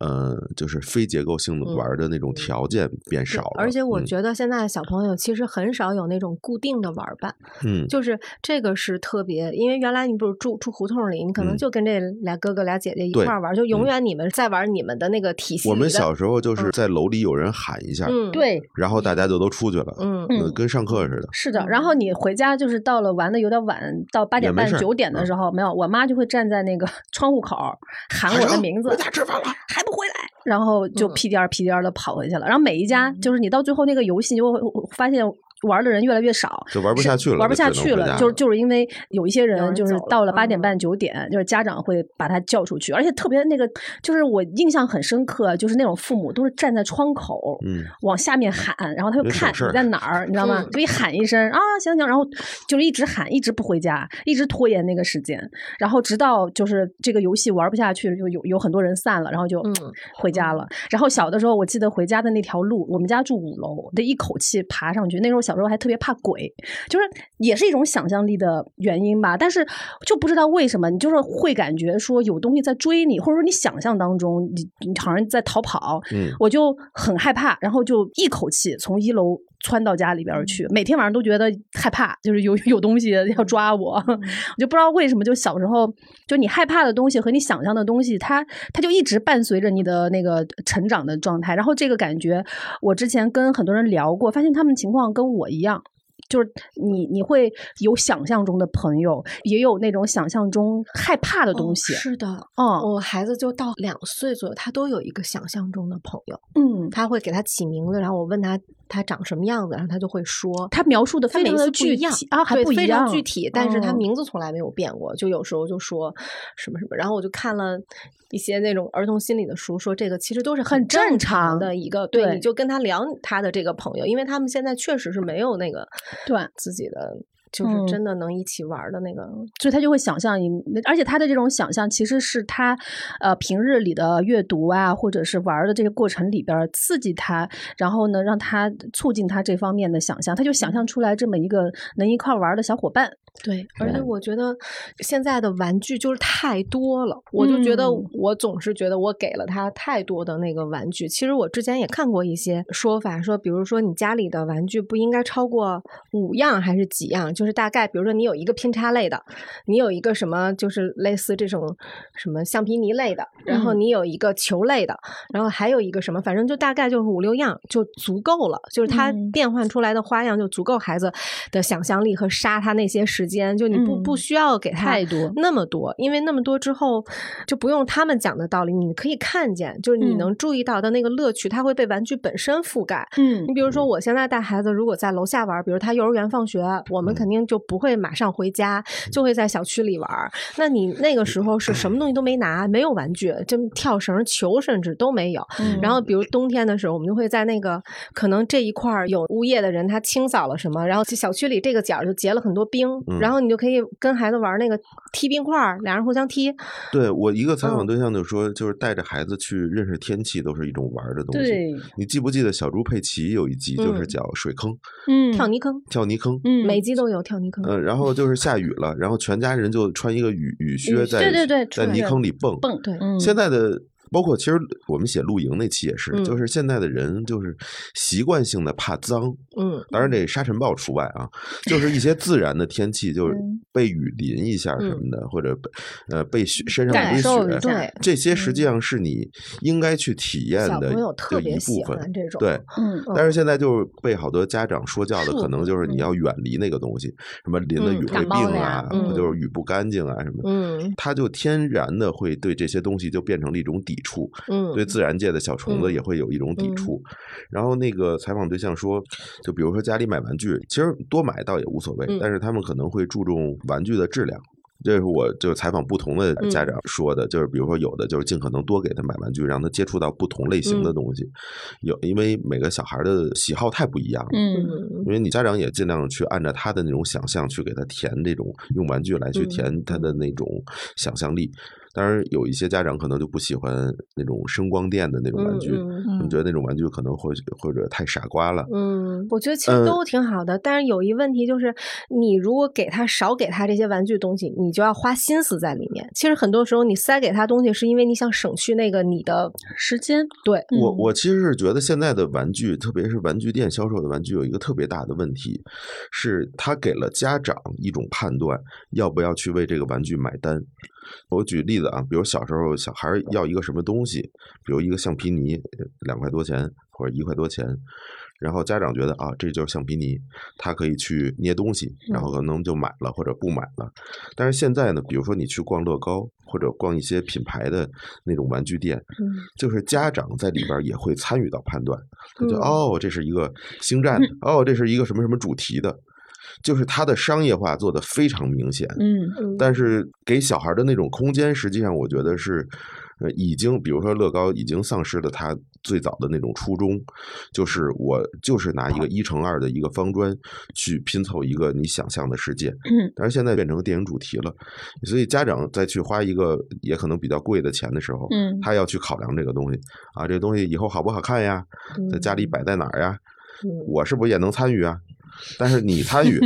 呃，就是非结构性的
嗯
玩儿的那种条件变少了。
而且我
嗯
觉得现在小朋友其实很少有那种固定的玩儿伴，
嗯，
就是这个是特别，因为原来你不是住住胡同里，你可能
嗯
就跟这俩哥哥俩姐姐一
对
块儿玩儿，就
嗯
永远你们在玩儿你们的那个体系里
我
的。
们小时候
嗯
就是在楼里有人喊一下，
嗯
对。
然后大家就都出去了，
嗯
嗯
呃跟上课似的。
是的，然后你回家就是到了玩的有点晚，到八
嗯也
点
没
半
事儿嗯
九点的时候，没有，我妈就会站在那个 窗户口儿喊我的名字，
吃饭了，
还不回来，然后就
嗯
屁颠儿屁颠儿的跑回去了。然后每一家
嗯
就是你到最后那个游戏，你就会发现玩的人越来越少，
就玩不下去了，
玩不
就
下
只能
去
回家
了，就是就是因为有一些
有人
人就是
走了
到了八
嗯
点半九点，就是家长会把他叫出去，而且特别那个，就是我印象很深刻，就是那种父母都是站在窗口，
嗯，
往下面喊，然后他就
有省
看
事儿
你在哪儿，你知道吗
嗯？
就一喊一声啊，行行，然后就是一直喊，一直不回家，一直拖延那个时间，然后直到就是这个游戏玩不下去，就有有很多人散了，然后就
嗯
回家了。然后小的时候，我记得回家的那条路，我们家住五楼，我得一口气爬上去。那时候小时候还特别怕鬼，就是也是一种想象力的原因吧。但是就不知道为什么，你就是会感觉说有东西在追你，或者说你想象当中你你好像在逃跑，
嗯
我就很害怕，然后就一口气从一楼窜到家里边儿
嗯
去，每天晚上都觉得害怕，就是有有东西要抓我，
嗯
我就不知道为什么，就小时候就你害怕的东西和你想象的东西，它它就一直伴随着你的那个成长的状态，然后这个感觉，我之前跟很多人聊过，发现他们情况跟我一样。就是你，你会有想象中的朋友，也有那种想象中害怕的东西
哦。是的，
哦，
我孩子就到两岁左右，他都有一个想象中的朋友，
嗯，
他会给他起名字，然后我问他他长什么样子，然后他就会说。
他描述的
他
非
每
常的
次不
具
一
体
样
啊，还
对
不一
非常
样，
具体，但是他
哦
名字从来没有变过。就有时候就说什么什么，然后我就看了一些那种儿童心理的书，说这个其实都是
很
正
正
常
常
的一个。对，你
对
就跟他聊他的这个朋友，因为他们现在确实是没有那个
对
自己的，就是
嗯
真的能一起玩儿的那个。
所以他就会想象你，而且他的这种想象其实是他，呃，平日里的阅读啊，或者是玩儿的这个过程里边儿刺激他，然后呢，让他促进他这方面的想象，他就想象出来这么一个能一块儿玩儿的小伙伴，
对，而且
嗯
我觉得现在的玩具就是太多了，我就觉得
嗯
我总是觉得我给了他太多的那个玩具。其实我之前也看过一些说法，说比如说你家里的玩具不应该超过五样还是几样，就是大概比如说你有一个拼插类的，你有一个什么就是类似这种什么橡皮泥类的，然后
嗯
你有一个球类的，然后还有一个什么，反正就大概就是五六样就足够了，就是它
嗯
变换出来的花样就足够孩子的想象力和杀他那些时间，就你不、
嗯
不需要给他
太多
那么多，因为那么多之后就不用他们讲的道理，你可以看见，就是你
嗯
能注意到的那个乐趣，它会被玩具本身覆盖。
嗯
你比如说，我现在带孩子，如果在楼下玩儿，比如他幼儿园放学，我
嗯
们肯定就不会马上回家，就会在小区里玩儿。那你那
嗯
个时候是什么东西都没拿，没有玩具，就跳绳、球甚至都没有。
嗯
嗯
然后，比如冬天的时候，我们就会在那个可能这一块儿有物业的人他清扫了什么，然后小区里这个角儿就结了很多冰，
嗯
然后你就可以跟孩子玩儿那个踢冰块儿，俩人互相踢。
对我一个采
嗯
访对象就说，就是带着孩子去认识天气都是一种玩儿的东西。
对，
你记不记得小猪佩奇有一集就是
嗯
叫水坑、
嗯，
跳泥坑，
跳泥坑？
嗯，
每集都有跳泥坑。
呃，然后就是下雨了，然后全家人就穿一个雨雨
对
靴在
对对，
在泥坑里蹦。
蹦，
对
嗯
现在的包括其实我们写露营那期也是，
嗯
就是现在的人就是习惯性的怕脏，
嗯
当然这沙尘暴除外啊，就是一些自然的天气，就是
嗯
被雨淋一下什么的，或者被呃被雪身上
感
淋
受一
雪，
下
嗯对嗯
这些实际上是你应该去体验
小
的
朋友
的
特别
一
喜
部分
欢。这种，
对，
嗯
但是现在就是被好多家长说教的，可能就是你要远离那个东西，什么淋了
嗯
雨会
感
病
冒了
啊
呀，
嗯
或就是雨不干净啊什么的。
嗯
它就天然的会对这些东西就变成了一种抵触，
嗯，
对自然界的小虫子也会有一种抵
嗯
触。然后那个采访对象说，就比如说家里买玩具，其实多买倒也无所谓，
嗯
但是他们可能会注重玩具的质量。这是我就采访不同的
嗯
家长说的，就是比如说有的就是尽可能多给他买玩具，让他接触到不同类型的
嗯
东西。有因为每个小孩的喜好太不一样了，
嗯
嗯
因为你家长也尽量去按照他的那种想象去给他填这种用玩具来去
嗯
填他的那种想象力。当然，有一些家长可能就不喜欢那种声光电的那种玩具，
嗯
他们觉得那种玩具可能会或者太傻瓜了。
嗯，我觉得其
呃
实都挺好的，但是有一问题就是，你如果给他少给他这些玩具东西，你就要花心思在里面。其实很多时候你塞给他东西，是因为你想省去那个你的
时间，
对，
我
嗯
我其实是觉得现在的玩具，特别是玩具店销售的玩具，有一个特别大的问题，是它给了家长一种判断，要不要去为这个玩具买单。我举例子啊，比如小时候小孩儿要一个什么东西，比如一个橡皮泥，呃两块多钱或者一块多钱，然后家长觉得啊，这就是橡皮泥，他可以去捏东西，然后可能就买了或者不买了。但是现在呢，比如说你去逛乐高或者逛一些品牌的那种玩具店，就是家长在里边儿也会参与到判断，他就
嗯
哦，这是一个星战的，哦，这是一个什么什么主题的，就是它的商业化做得非常明显。
嗯
嗯
但是给小孩的那种空间，实际上我觉得是，呃，已经比如说乐高已经丧失了它最早的那种初衷，就是我就是拿一个一乘二的一个方砖去拼凑一个你想象的世界，
嗯
但是现在变成电影主题了，所以家长再去花一个也可能比较贵的钱的时候，
嗯
他要去考量这个东西啊，这个东西以后好不好看呀，在家里摆在哪儿呀，
嗯
我是不是也能参与啊？但是你参与，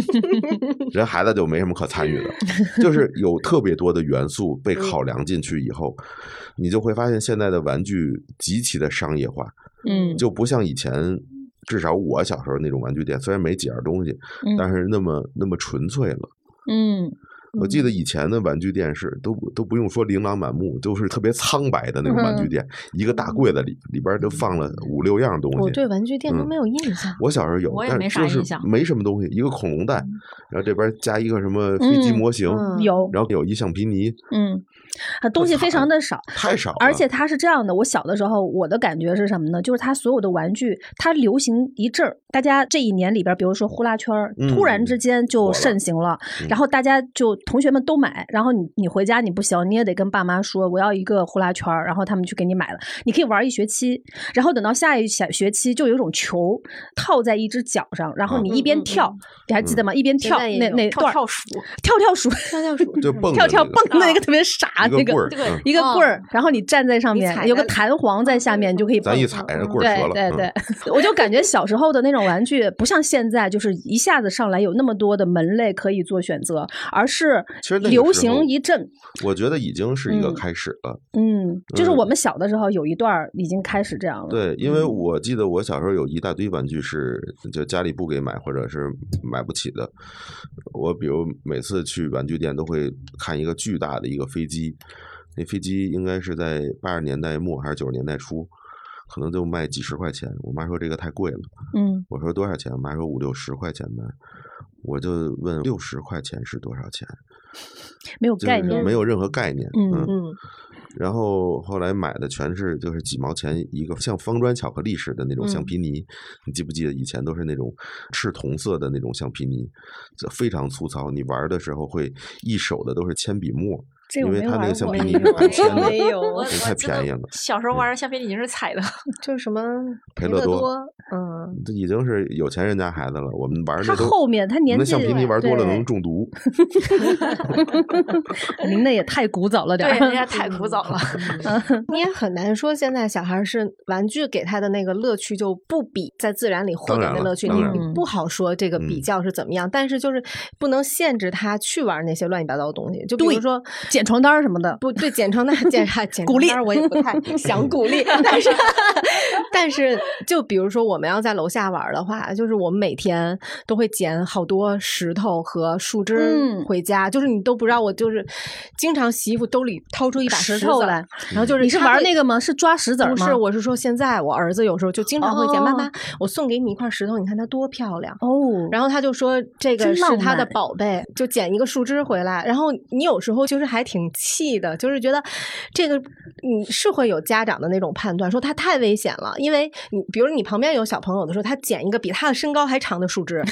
人孩子就没什么可参与的，就是有特别多的元素
嗯
被考量进去以后，你就会发现现在的玩具极其的商业化，
嗯，
就不像以前，至少我小时候那种玩具店，虽然没几样东西，
嗯
但是那么那么纯粹了。
嗯
我记得以前的玩具店是都不都不用说琳琅满目，都是特别苍白的那种
嗯
玩具店，一个大柜子里里边儿都放了五六样东西。
我对玩具店都
嗯
没有印象。
我小时候有，
哦我也
但
没啥
就
印
是
象嗯
没什么东西，一个恐龙蛋，然后这边加一个什么飞机
嗯
模型，
嗯
有
然后有一橡皮泥，
嗯，啊东西非常的少，
太少了。
而且它是这样的，我小的时候我的感觉是什么呢？就是它所有的玩具，它流行一阵儿，大家这一年里边儿，比如说呼啦圈儿，突然
嗯
之间
火
就
了
盛行了，
嗯
然后大家就同学们都买，然后你你回家你不行，你也得跟爸妈说我要一个呼啦圈儿，然后他们去给你买了，你可以玩一学期，然后等到下一下学期就有一种球儿套在一只脚上，然后
啊
你一边跳，你还
嗯
记得吗？一边
嗯现
跳
在也
那
有
那
跳
段儿
跳鼠，
跳跳鼠。
跳跳鼠
就蹦
跳
着
跳
那个
蹦的那个特别傻拿那
一
个
个棍儿，
这个
嗯
一个棍儿，然后你站在上
你
面，
踩
有个
在嗯
弹簧在下面，你就可以
咱
蹦
一踩，那棍儿
嗯
折
对
了。
对
嗯
对， 我就感觉小时候的那种玩具，不像现在，就是一下子上来有那么多的门类可以做选择，而是
其实那个
流
时候
行一阵。
我觉得已经是一个
嗯
开始了。
嗯，就是
嗯
我们小的时候有一段儿已经开始这样了。
对，因为
嗯
我记得我小时候有一大堆玩具是就家里不给买或者是买不起的。我比如每次去玩具店都会看一个巨大的一个飞机，那飞机应该是在八十年代末还是九十年代初，可能就卖几十块钱。我妈说这个太贵了，
嗯，
我说多少钱？我妈说五六十块钱吧。我就问六十块钱是多少钱，
没有
就
概
是
念。
没有任何概念。
嗯
嗯，
然后后来买的全是就是几毛钱一个，像方砖巧克力似的那种橡
嗯
皮泥，你记不记得以前都是那种赤铜色的那种橡皮泥，这非常粗糙，你玩的时候会一手的都是铅笔墨，
这
因
我
为
没
它那
玩
个橡
过
皮
哎
泥
呦
是拿铅
没
的。
有，
我我
这太
记得
便宜了嗯
小时候玩橡皮泥是踩的，
就 是什么
培
乐
乐多
嗯，
这已经是有钱人家孩子了，我们玩儿
他
那都
后面他
我
年
们
纪
橡皮泥玩多了
对
能中毒。
您那也太古早了点
对，人
儿。
家太古早了。
你也很难说现在小孩儿是玩具给他的那个乐趣就不比在自然里获
当
得
然
的
了
乐趣，
当
你
然
你
了
不好说这个比
嗯
较是怎么样，但是就是不能限制他去玩那些乱七八糟的东西，就比如
对
说
捡床单儿什么的，
不对，简称那简 哈简
鼓
称
励
那儿我也不 太想鼓励，但是 但是就比如说我们要在楼下玩儿的话，就是我们每天都会捡好多石头和树枝
嗯
儿回家，就是你都不知道我就是经常洗衣服兜里掏出一把
石
子
头来，
然后就是
你是
他
玩
会
那个吗？是抓石子儿
不
吗？
是，我是说现在我儿子有时候就经常会捡，妈妈
哦，
我送给你一块石头，你看它多漂亮。
哦，
然后他就说这个
真
是
浪
他的
漫
宝贝，就捡一个树枝回来。然后你有时候就是还挺气的，就是觉得这个你是会有家长的那种判断，说他太危险了，因为你比如你旁边有小朋友的时候，他捡一个比他的身高还长的 树枝，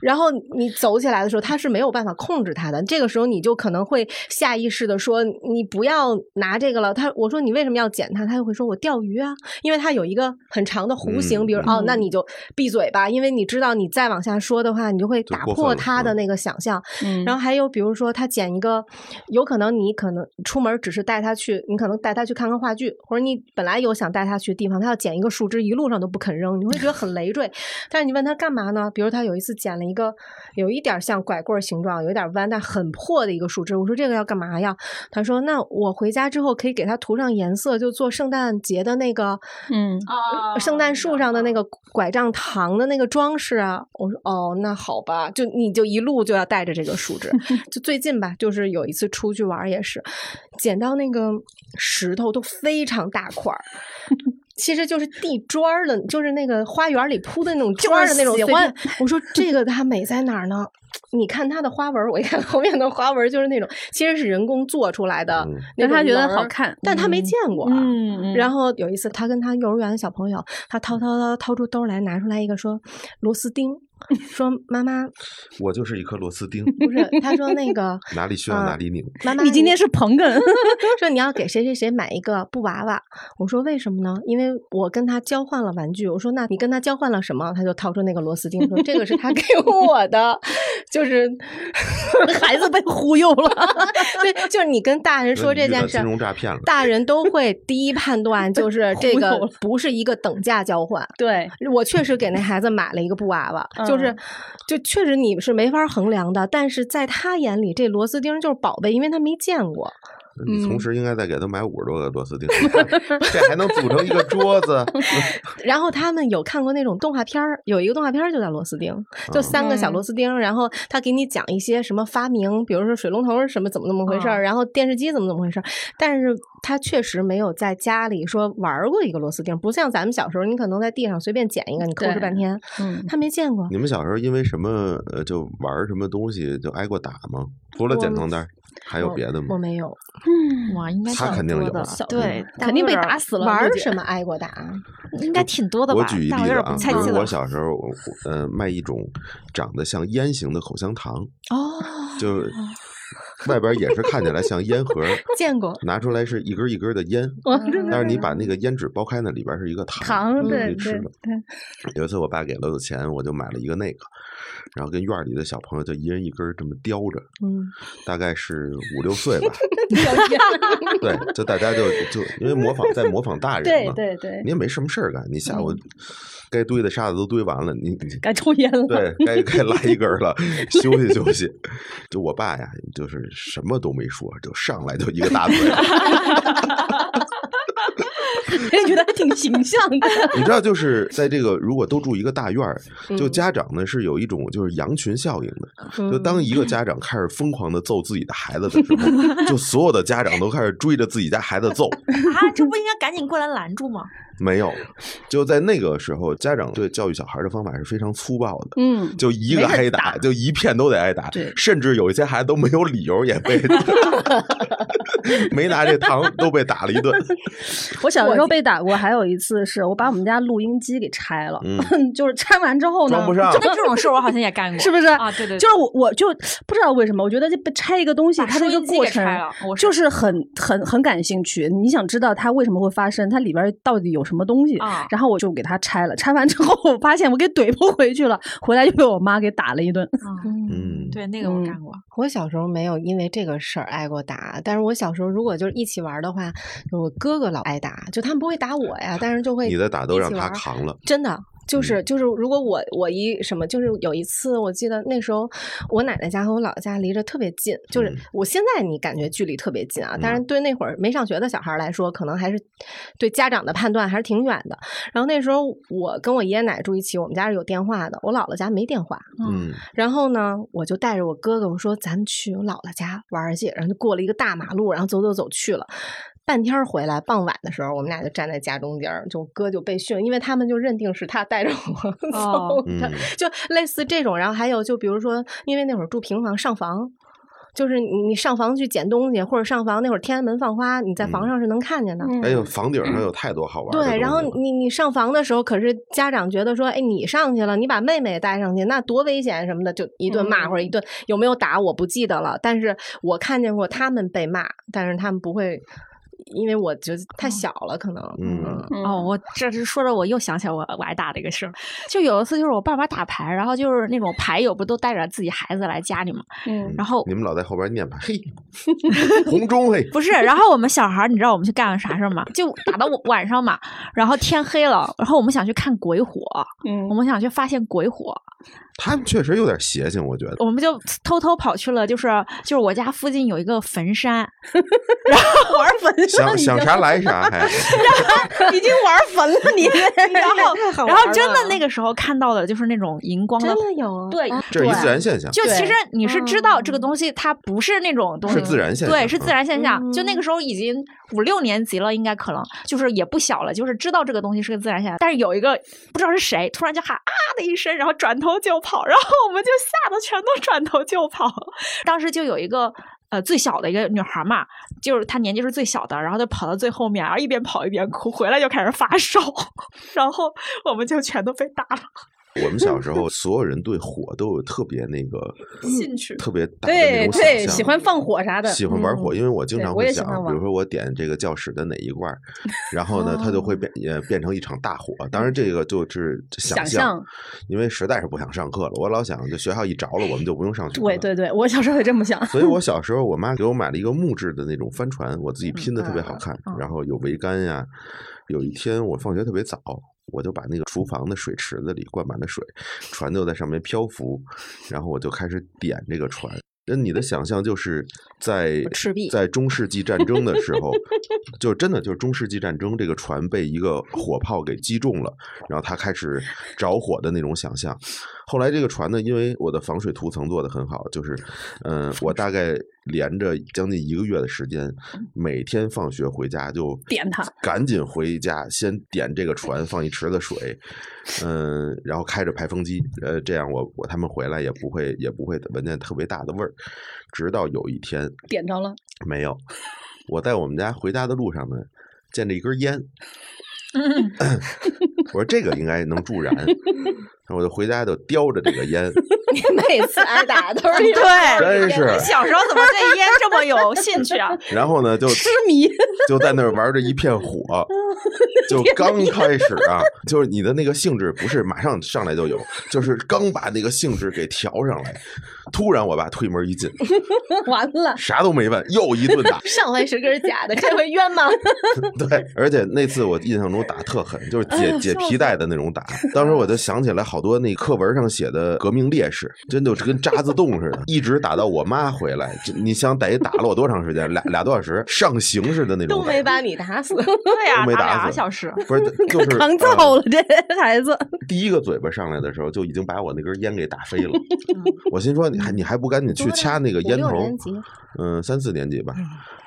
然后你走起来的时候，他是没有办法控制他的。这个时候你就可能会下意识的说你不要拿这个了。他我说你为什么要捡它？他就会说我钓鱼啊，因为它有一个很长的弧形，
嗯
比如
嗯
哦，那你就闭嘴吧，因为你知道你再往下说的话，你就会
就
打
过分
破
了
他的
嗯
那个想象。
嗯
然后还有比如说他捡一个，有可能你可能出门只是带他去，你可能带他去看看话剧，或者你本来有想带他去的地方，他要捡一个树枝，一路上都不肯扔，你会觉得很累赘。但是你问他干嘛呢？比如他有一次捡了一个有一点像拐棍儿形状，有一点弯，但很破的一个树枝。我说这个要干嘛呀？他说那我回家之后可以给它涂上颜色，就做圣诞节的那个
嗯，
哦
圣诞树上的那
哦
个拐杖糖的那个装饰啊，我说哦，那好吧，就你就一路就要带着这 个树枝。就最近吧，就是有一次出去玩儿也是，捡到那个石头都非常大 块儿，其实就是地砖儿的，就是那个花园里铺的那种砖儿的那种
喜
碎片。
欢
我说这个它美在哪儿呢？你看它的花纹儿，我一看后面的花纹儿就是那种，其实是人工做出来的
嗯
那
让
种
他觉得
纹
好
儿
看
但他没
嗯
见过啊。
嗯，
然
后
后有一次，他跟他幼儿园的小朋友，他
嗯
掏掏掏掏出兜来，拿出来一个说螺丝钉，说妈妈
我就是一颗螺丝钉，
不是，他说 那个
哪里需要哪里拧。
妈妈，
你今天是捧哏，
说你要给谁谁谁买一个布娃娃，我说为什么呢？因为我跟他交换了玩具，我说那你跟他交换了什么？他就掏出那个螺丝钉，说这个是他给我的，就是
孩子被忽悠了。
对，就是你跟大人说
那
这
你遇到
件事
金，融诈骗了，
大人都会第一判断就是这
忽
个
悠了
不是一个等价交换。
对，
我确实给那孩子买了一个布娃娃，就是
嗯，
就确实你是没法衡量的，但是在他眼里，这螺丝钉就是宝贝，因为他没见过。
你同时应该再给他买五十多个螺丝钉， 这还能组成一个桌子。
然后他们有看过那种动画片儿，有一个动画片儿就叫螺丝钉，就
啊
三个小
嗯
螺丝钉，然后他给你讲一些什么发明，比如说水龙头是什么怎么怎么
嗯
回事儿，然后电视机怎么怎么回事儿，但是他确实没有在家里说玩儿过一个螺丝钉，不像咱们小时候，你可能在地上随便捡一个，你抠哧
对
半天，
嗯，
他没见过。
你们小时候因为什么呃就玩儿什么东西就挨过打吗？除了捡床单儿，还有
我
别的
我
吗？
没有
嗯哇，应该
他
挺
肯定
多
有
的
小，
对，
肯定被打
死，
死了。
玩
我
儿
觉
什
得
么挨过打，
应该挺多的吧？
我举一
但我
例
有
子
点
啊
不，太
比
记
如
得
我
了。
小时候，我 呃卖一种长得像烟形的口香糖，
哦，
就是外边也是看起来像烟盒儿，
见过，
拿出来是一根一根的烟，
我真
但是你把那个烟纸剥开呢，里边是一个糖，
嗯糖
你就可
对
以吃
对
的。
对，
有一次我爸给了我钱，我就买了一个那个，然后跟院儿里的小朋友就一人一根儿这么叼着，
嗯，
大概是五六岁 吧，对，就大家就就因为模仿在模仿大人
对
嘛，
对对
你，也没什么事儿干，你下午该堆的沙子都堆完了，你你
该抽烟了。
对该该拉一根儿了，休息休息。 就我爸呀，就是什么都没说，就上来就一个大嘴，
人觉得还挺形象的。
你知道，就是在这个如果都住一个大院儿，就
嗯
家长呢是有一种就是羊群效应的，就
嗯
当一个家长开始疯狂的揍自己的孩子的时 候，就所有的家长都开始追着自己家孩子揍。
啊，这不应该赶紧过来拦住吗？
没有，就在那个时候，家长对教育小孩的方法是非常粗暴的。
嗯，
就一个挨打，就一片都得挨打
对，
甚至有一些孩子都没有理由也 被，没拿这糖都被打了一顿。
我小的时候被打过，还有一次是我把我们家录音机给拆了，
嗯
就是拆完之后呢，
装不上
就
那这种事我好像也 干过，
是不是
啊，对对，
就是我我就不知道为什么，我觉得这被拆一个东西，
把
它这
收
个
音机
过
给
程
拆了我是
就是很很很感兴趣，你想知道它为什么会发生，它里边到底有什么东西。
啊
然后我就给它拆了，拆完之后我发现我给怼不回去了，回来就被我妈给打了一顿。
啊
嗯，
对那个我干过，
我小时候没有因为这个事儿挨过打，但是我小时候如果就是一起玩儿的话，我哥哥老挨打，就他们不会打我呀，但是就会
你的嗯打都
一
让
起
他
玩儿
扛了。
真的。就是就是，如果我我一什么，就是有一次，我记得那时候我奶奶家和我姥姥家离着特别近，就是
嗯
我现在你感觉距离特别近啊，
嗯
但是对那会儿没上学的小孩儿来说，可能还是对家长的判断还是挺远的。然后那时候我跟我爷爷奶奶住一起，我们家是有电话的，我姥姥家没电话，
嗯，
然后呢，我就带着我哥哥，我说咱们去我姥姥家玩儿去，然后就过了一个大马路，然后走走走去了。半天儿回来，傍晚的时候，我们俩就站在家中间儿，就我哥就被训，因为他们就认定是他带着我走
哦
的，
嗯
就类似这种。然后还有就比如说，因为那会儿住平房上房，就是你你上房去捡东西，或者上房那会儿天安门放花，你在
嗯
房上是能看见的。
哎
嗯
呦，房顶上有太多好玩的东西了。
对，然后你你上房的时候，可是家长觉得说，哎，你上去了，你把妹妹也带上去，那多危险什么的，就一顿骂
嗯
或者一顿有没有打我不记得了，但是我看见过他们被骂，但是他们不会，因为我觉得太小了，可能，
哦嗯
哦，我这是说着我又想起来我我挨打的一个事儿，就有一次就是我爸妈打牌，然后就是那种牌友不都带着自己孩子来家里嘛，
嗯
然后
你们老在后边念吧，嘿， 红中嘿，
不是，然后我们小孩儿，你知道我们去干了啥事儿吗？就打到晚上嘛，然后天黑了，然后我们想去看鬼火，
嗯
我们想去发现鬼火，
他们确实有点邪性，我觉 得。
我们就偷偷跑去了，就是就是我家附近有一个坟山，
玩坟
想想啥来 啥，哎还
已经玩坟了，你
然 后然后真的那
个
个时候看到了就是那种荧光的
真。的有啊，
对，
这是一自然现象。
就其
对
实你是知道这个东西它不是那种东西，
是自然现
对，
象
是自然现象。就那
嗯
个时候已经五六年级了，应该可能就是也不小了，就是知道这个东西是个自然现象。但是有一个不知道是谁，突然就喊啊的一声，然后转头就跑，然后我们就吓得全都转头就跑。当时就有一个。呃，最小的一个女孩嘛，就是她年纪是最小的，然后就跑到最后面，然后一边跑一边哭，回来就开始发烧， 然后我们就全都被打了。
我们小时候，所有人对火都有特别那个
兴趣
特别大的那
对
种
对，
想
喜
象。
欢放火啥的，嗯
喜欢玩火，因为我经
对
常
我
会
也喜
想
欢，
比
玩
如说我点这个教室的哪一罐儿，然后呢，它就
哦
会变也变成一场大火。当然，这个就是想
想
象
象，
因为实在是不想上课了，我老想就学校一着了，我们就不用上学了。
对对对，我小时候也这么想。
所以我小时候，我妈给我买了一个木质的那种帆船，我
嗯
自己拼的特别好看，然后有桅杆呀、有一天我放学特别早，我就把那个厨房的水池子里灌满了水，船就在上面漂浮，然后我就开始点这个船。那你的想象就是在
赤壁
在中世纪战争的时候，就真的就是中世纪战争，这个船被一个火炮给击中了，然后它开始着火的那种想象。后来这个船呢，因为我的防水涂层做得很好，就是，嗯、我大概连着将近一个月的时间，每天放学回家就
点它，
赶紧回家先点这个船，放一池子水，嗯、然后开着排风机，呃，这样我我他们回来也不会也不会闻见特别大的味儿。直到有一天
点着了，
没有， 我在我们家回家的路上呢，见着一根烟，我说这个应该能助燃，然后我就回家就叼着这个烟，
每次挨打都 是
对，
真是，
小时候怎么对烟这么有兴趣啊？
然后呢就痴迷，就在那儿玩着一片 火，就刚开始啊，就是你的那个兴致不是马上上来就有，就是刚把那个兴致给调上来，突然我爸推门一进，
完了，
啥都没问，又一顿打，
上回是根假的，这回冤吗？
对，而且那次我印象中打特狠，就是解
哎
解皮带的那种打。当时我就想起来好多那课文上写的革命烈士，真就是跟渣滓洞似的，一直打到我妈回来。这你想得打了我多长时间？俩俩多小时，上刑似的那种
都
打。
没把你 打死，
对呀、
都没
打
打
俩
死
小时，
不是， 就是
扛
呃
揍了这孩 子。
第一个嘴巴上来的时候，就已经把我那根烟给打飞 了。我心说，你还你还不赶紧去掐那个烟
五六
头
年？级
嗯，三四年级吧。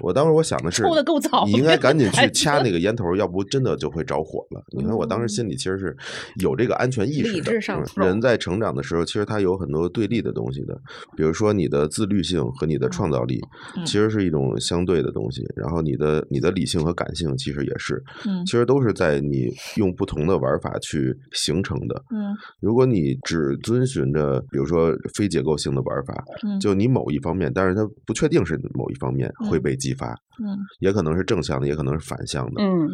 我当时我想的是，
抽得够早
你应该赶紧去掐那个烟头，要不真的就会着火了。你看我当时心里其实是有这个安全意识的。
理智上
嗯
不
人在成长的时候，其实他有很多对立的东西的，比如说你的自律性和你的创造力，
嗯
其实是一种相对的东西。然后你的你的理性和感性其实也是，
嗯
其实都是在你用不同的玩法去形成的。
嗯
如果你只遵循着，比如说非结构性的玩法，
嗯
就你某一方面，但是它不确定是某一方面会被激发，
嗯
也可能是正向的，也可能是反向的，
嗯，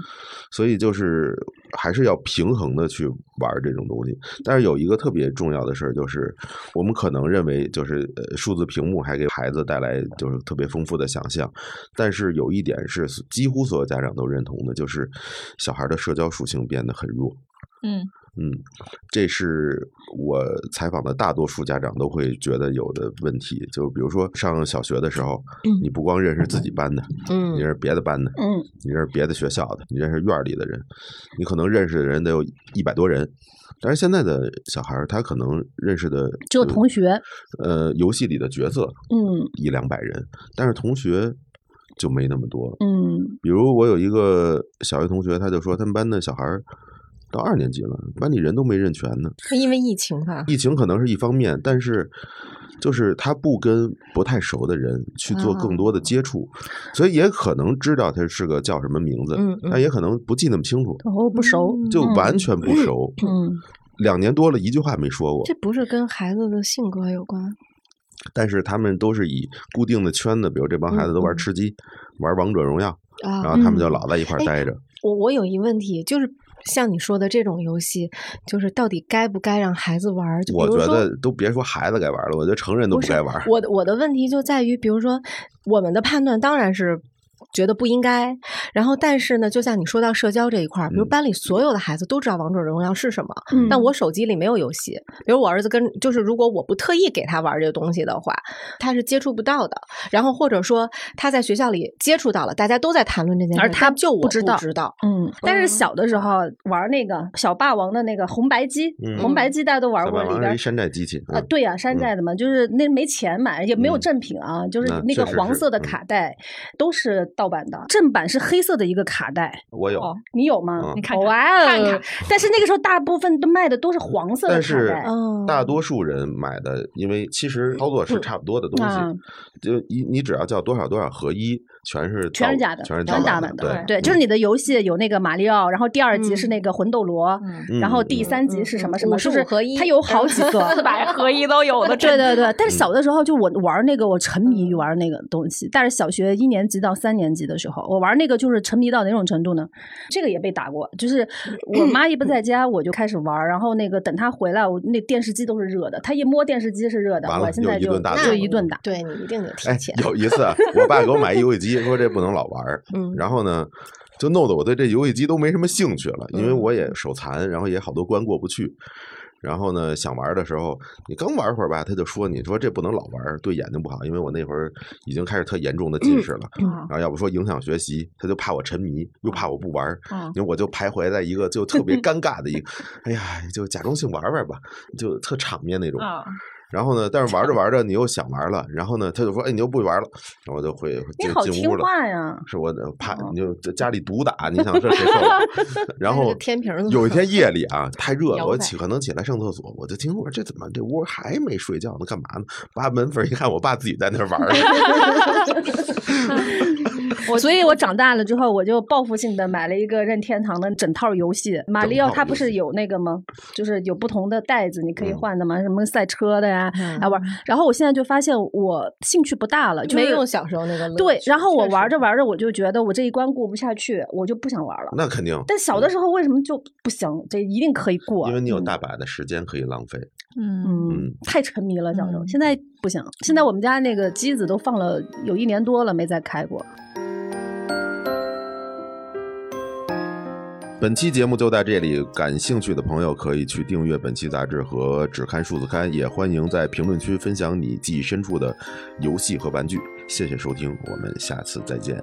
所以就是还是要平衡的去玩这种东西。但是有一个特别重要的事儿，就是我们可能认为就是呃数字屏幕还给孩子带来就是特别丰富的想象，但是有一点是几乎所有家长都认同的，就是小孩的社交属性变得很弱。
嗯
嗯，这是我采访的大多数家长都会觉得有的问题，就比如说上小学的时候，你不光认识自己班的，你认识别的班的，
嗯，
你认识别的学校的，你认识院儿里的人，你可能认识的人得有一百多人。但是现在的小孩儿，他可能认识的
只有同学，
呃游戏里的角色
嗯
一两百人，但是同学就没那么多。
嗯
比如我有一个小学同学，他就说他们班的小孩儿到二年级了，班里人都没认全呢。
因为疫情吧，
疫情可能是一方面，但是就是他不跟不太熟的人去
嗯
做更多的接触，所以也可能知道他是个叫什么名字，
嗯嗯
但也可能不记那么清楚，
然后不熟，
就完全不熟。
嗯
两年多了，一句话没说过
这，不是跟孩子的性格有关，
但是他们都是以固定的圈子，比如这
嗯
帮孩子都玩吃鸡，玩王者荣耀，然
啊
后他们就老在一块儿
哎
待着。
我我有一问题，就是像你说的这种游戏，就是到底该不该让孩子玩儿？就比
我
如
觉
说
得都别说孩子该玩了，我觉得成人都
不
不
是
该玩。
我的我的问题就在于，比如说我们的判断当然是。觉得不应该，然后但是呢，就像你说到社交这一块儿，比如
嗯
班里所有的孩子都知道王者荣耀是什么，
嗯
但我手机里没有游戏。比如我儿子跟，就是如果我不特意给他玩这个东西的话，他是接触不到的。然后或者说他在学校里接触到了，大家都在谈论这件事，
而他
但就我
不知道
知道，
嗯。但是小的时候玩那个小霸王的那个红白机，
嗯
红白机大家都玩
小
过
霸
里
王
边
是一。山寨机器
啊，
嗯
对呀、山寨的嘛，就是那没钱买，也没有
嗯
正品啊，就是
那
那
确
个
实
黄
是
色的
嗯
卡带都是盗版的，正版是黑色的一个卡带，
我有。
哦
你有吗？
嗯
你看看
哇
看
哦
看！
但是那个时候大部分都卖的都是黄色的
但
卡
是
带，
嗯
大多数人买的，因为其实操作是差不多的东西，
嗯
就你你只要叫多少多少合一，全是
全是
盗
假的，
全是
全是
盗
盗
版
版
的，
嗯
对，就是你的游戏有那个马里奥，然后第二级是
嗯
那个魂斗罗，
嗯
嗯
然后
嗯
第
嗯
三级
嗯
是
嗯
什么
嗯
什么，
五十
就是
五合一
它 有好几个
四百合一都有的，嗯
对
真的
对对，但是小的时候就我玩那个，我沉迷于玩那个东西。但是小学一年级到三年级的时候，我玩那个就是沉迷到哪种程度呢？这个也被打过，就是 我妈一不在家，我就开始玩，然后那个等她回来，我那电视机都是热的，她一摸电视机是热的，
完了
我现
又
在
一
就
顿打
就
脸
一顿打。
对你一定得提
哎
前。，
有一次啊我爸给我买一游戏机，说这不能老玩儿，
嗯
然后呢，就弄得我对这游戏机都没什么兴趣了，因为
嗯
我也手残，然后也好多关过不去。然后呢，想玩的时候，你刚玩会儿吧，他就说你说这不能老玩儿，对眼睛不好。因为我那会儿已经开始特严重的近视了，
嗯
然后要不说影响学习，他就怕我沉迷，又怕我不玩儿，
嗯
因为我就徘徊在一个 就特别尴尬的一个，哎呀，就假装性玩玩吧，就特场面那种。
嗯，
然后呢，但是 玩着玩着你又想玩了，然后呢，他就说：“哎，你又不玩了。”然后我就回
你
就
好
进
听
屋了。
话呀！
是我的怕
哦
你就在家里毒打，你想这谁受 了？然
那
后
个天平怎么
有一天夜里啊，太热了，
摇
我
摆
起可能起来上厕所，我就听我说这怎么这屋还没睡觉 呢？干嘛呢？扒门缝一看，我爸自己在那儿玩儿呢。
我
所以我长大了之后，我就报复性的买了一个任天堂的整套游戏。马里奥它不是有那个吗？就是有不同的袋子，你可以
嗯
换的嘛，什么赛车的呀，
嗯
啊玩。然后我现在就发现我兴趣不大了，就
没
是
有小时候那个乐
对，
趣
然后我
确
玩
实
着玩着，我就觉得我这一关过不下去，我就不想玩了。
那肯定，
但小的时候为什么就不行？这一定可以过，
因为你有
嗯
大把的时间可以浪费。
嗯，
嗯
嗯，
太沉迷了，小时候。
嗯
现在不行，现在我们家那个机子都放了有一年多了，没再开过。
本期节目就到这里，感兴趣的朋友可以去订阅本期杂志和只看数字刊，也欢迎在评论区分享你记忆深处的游戏和玩具。谢谢收听，我们下次再见。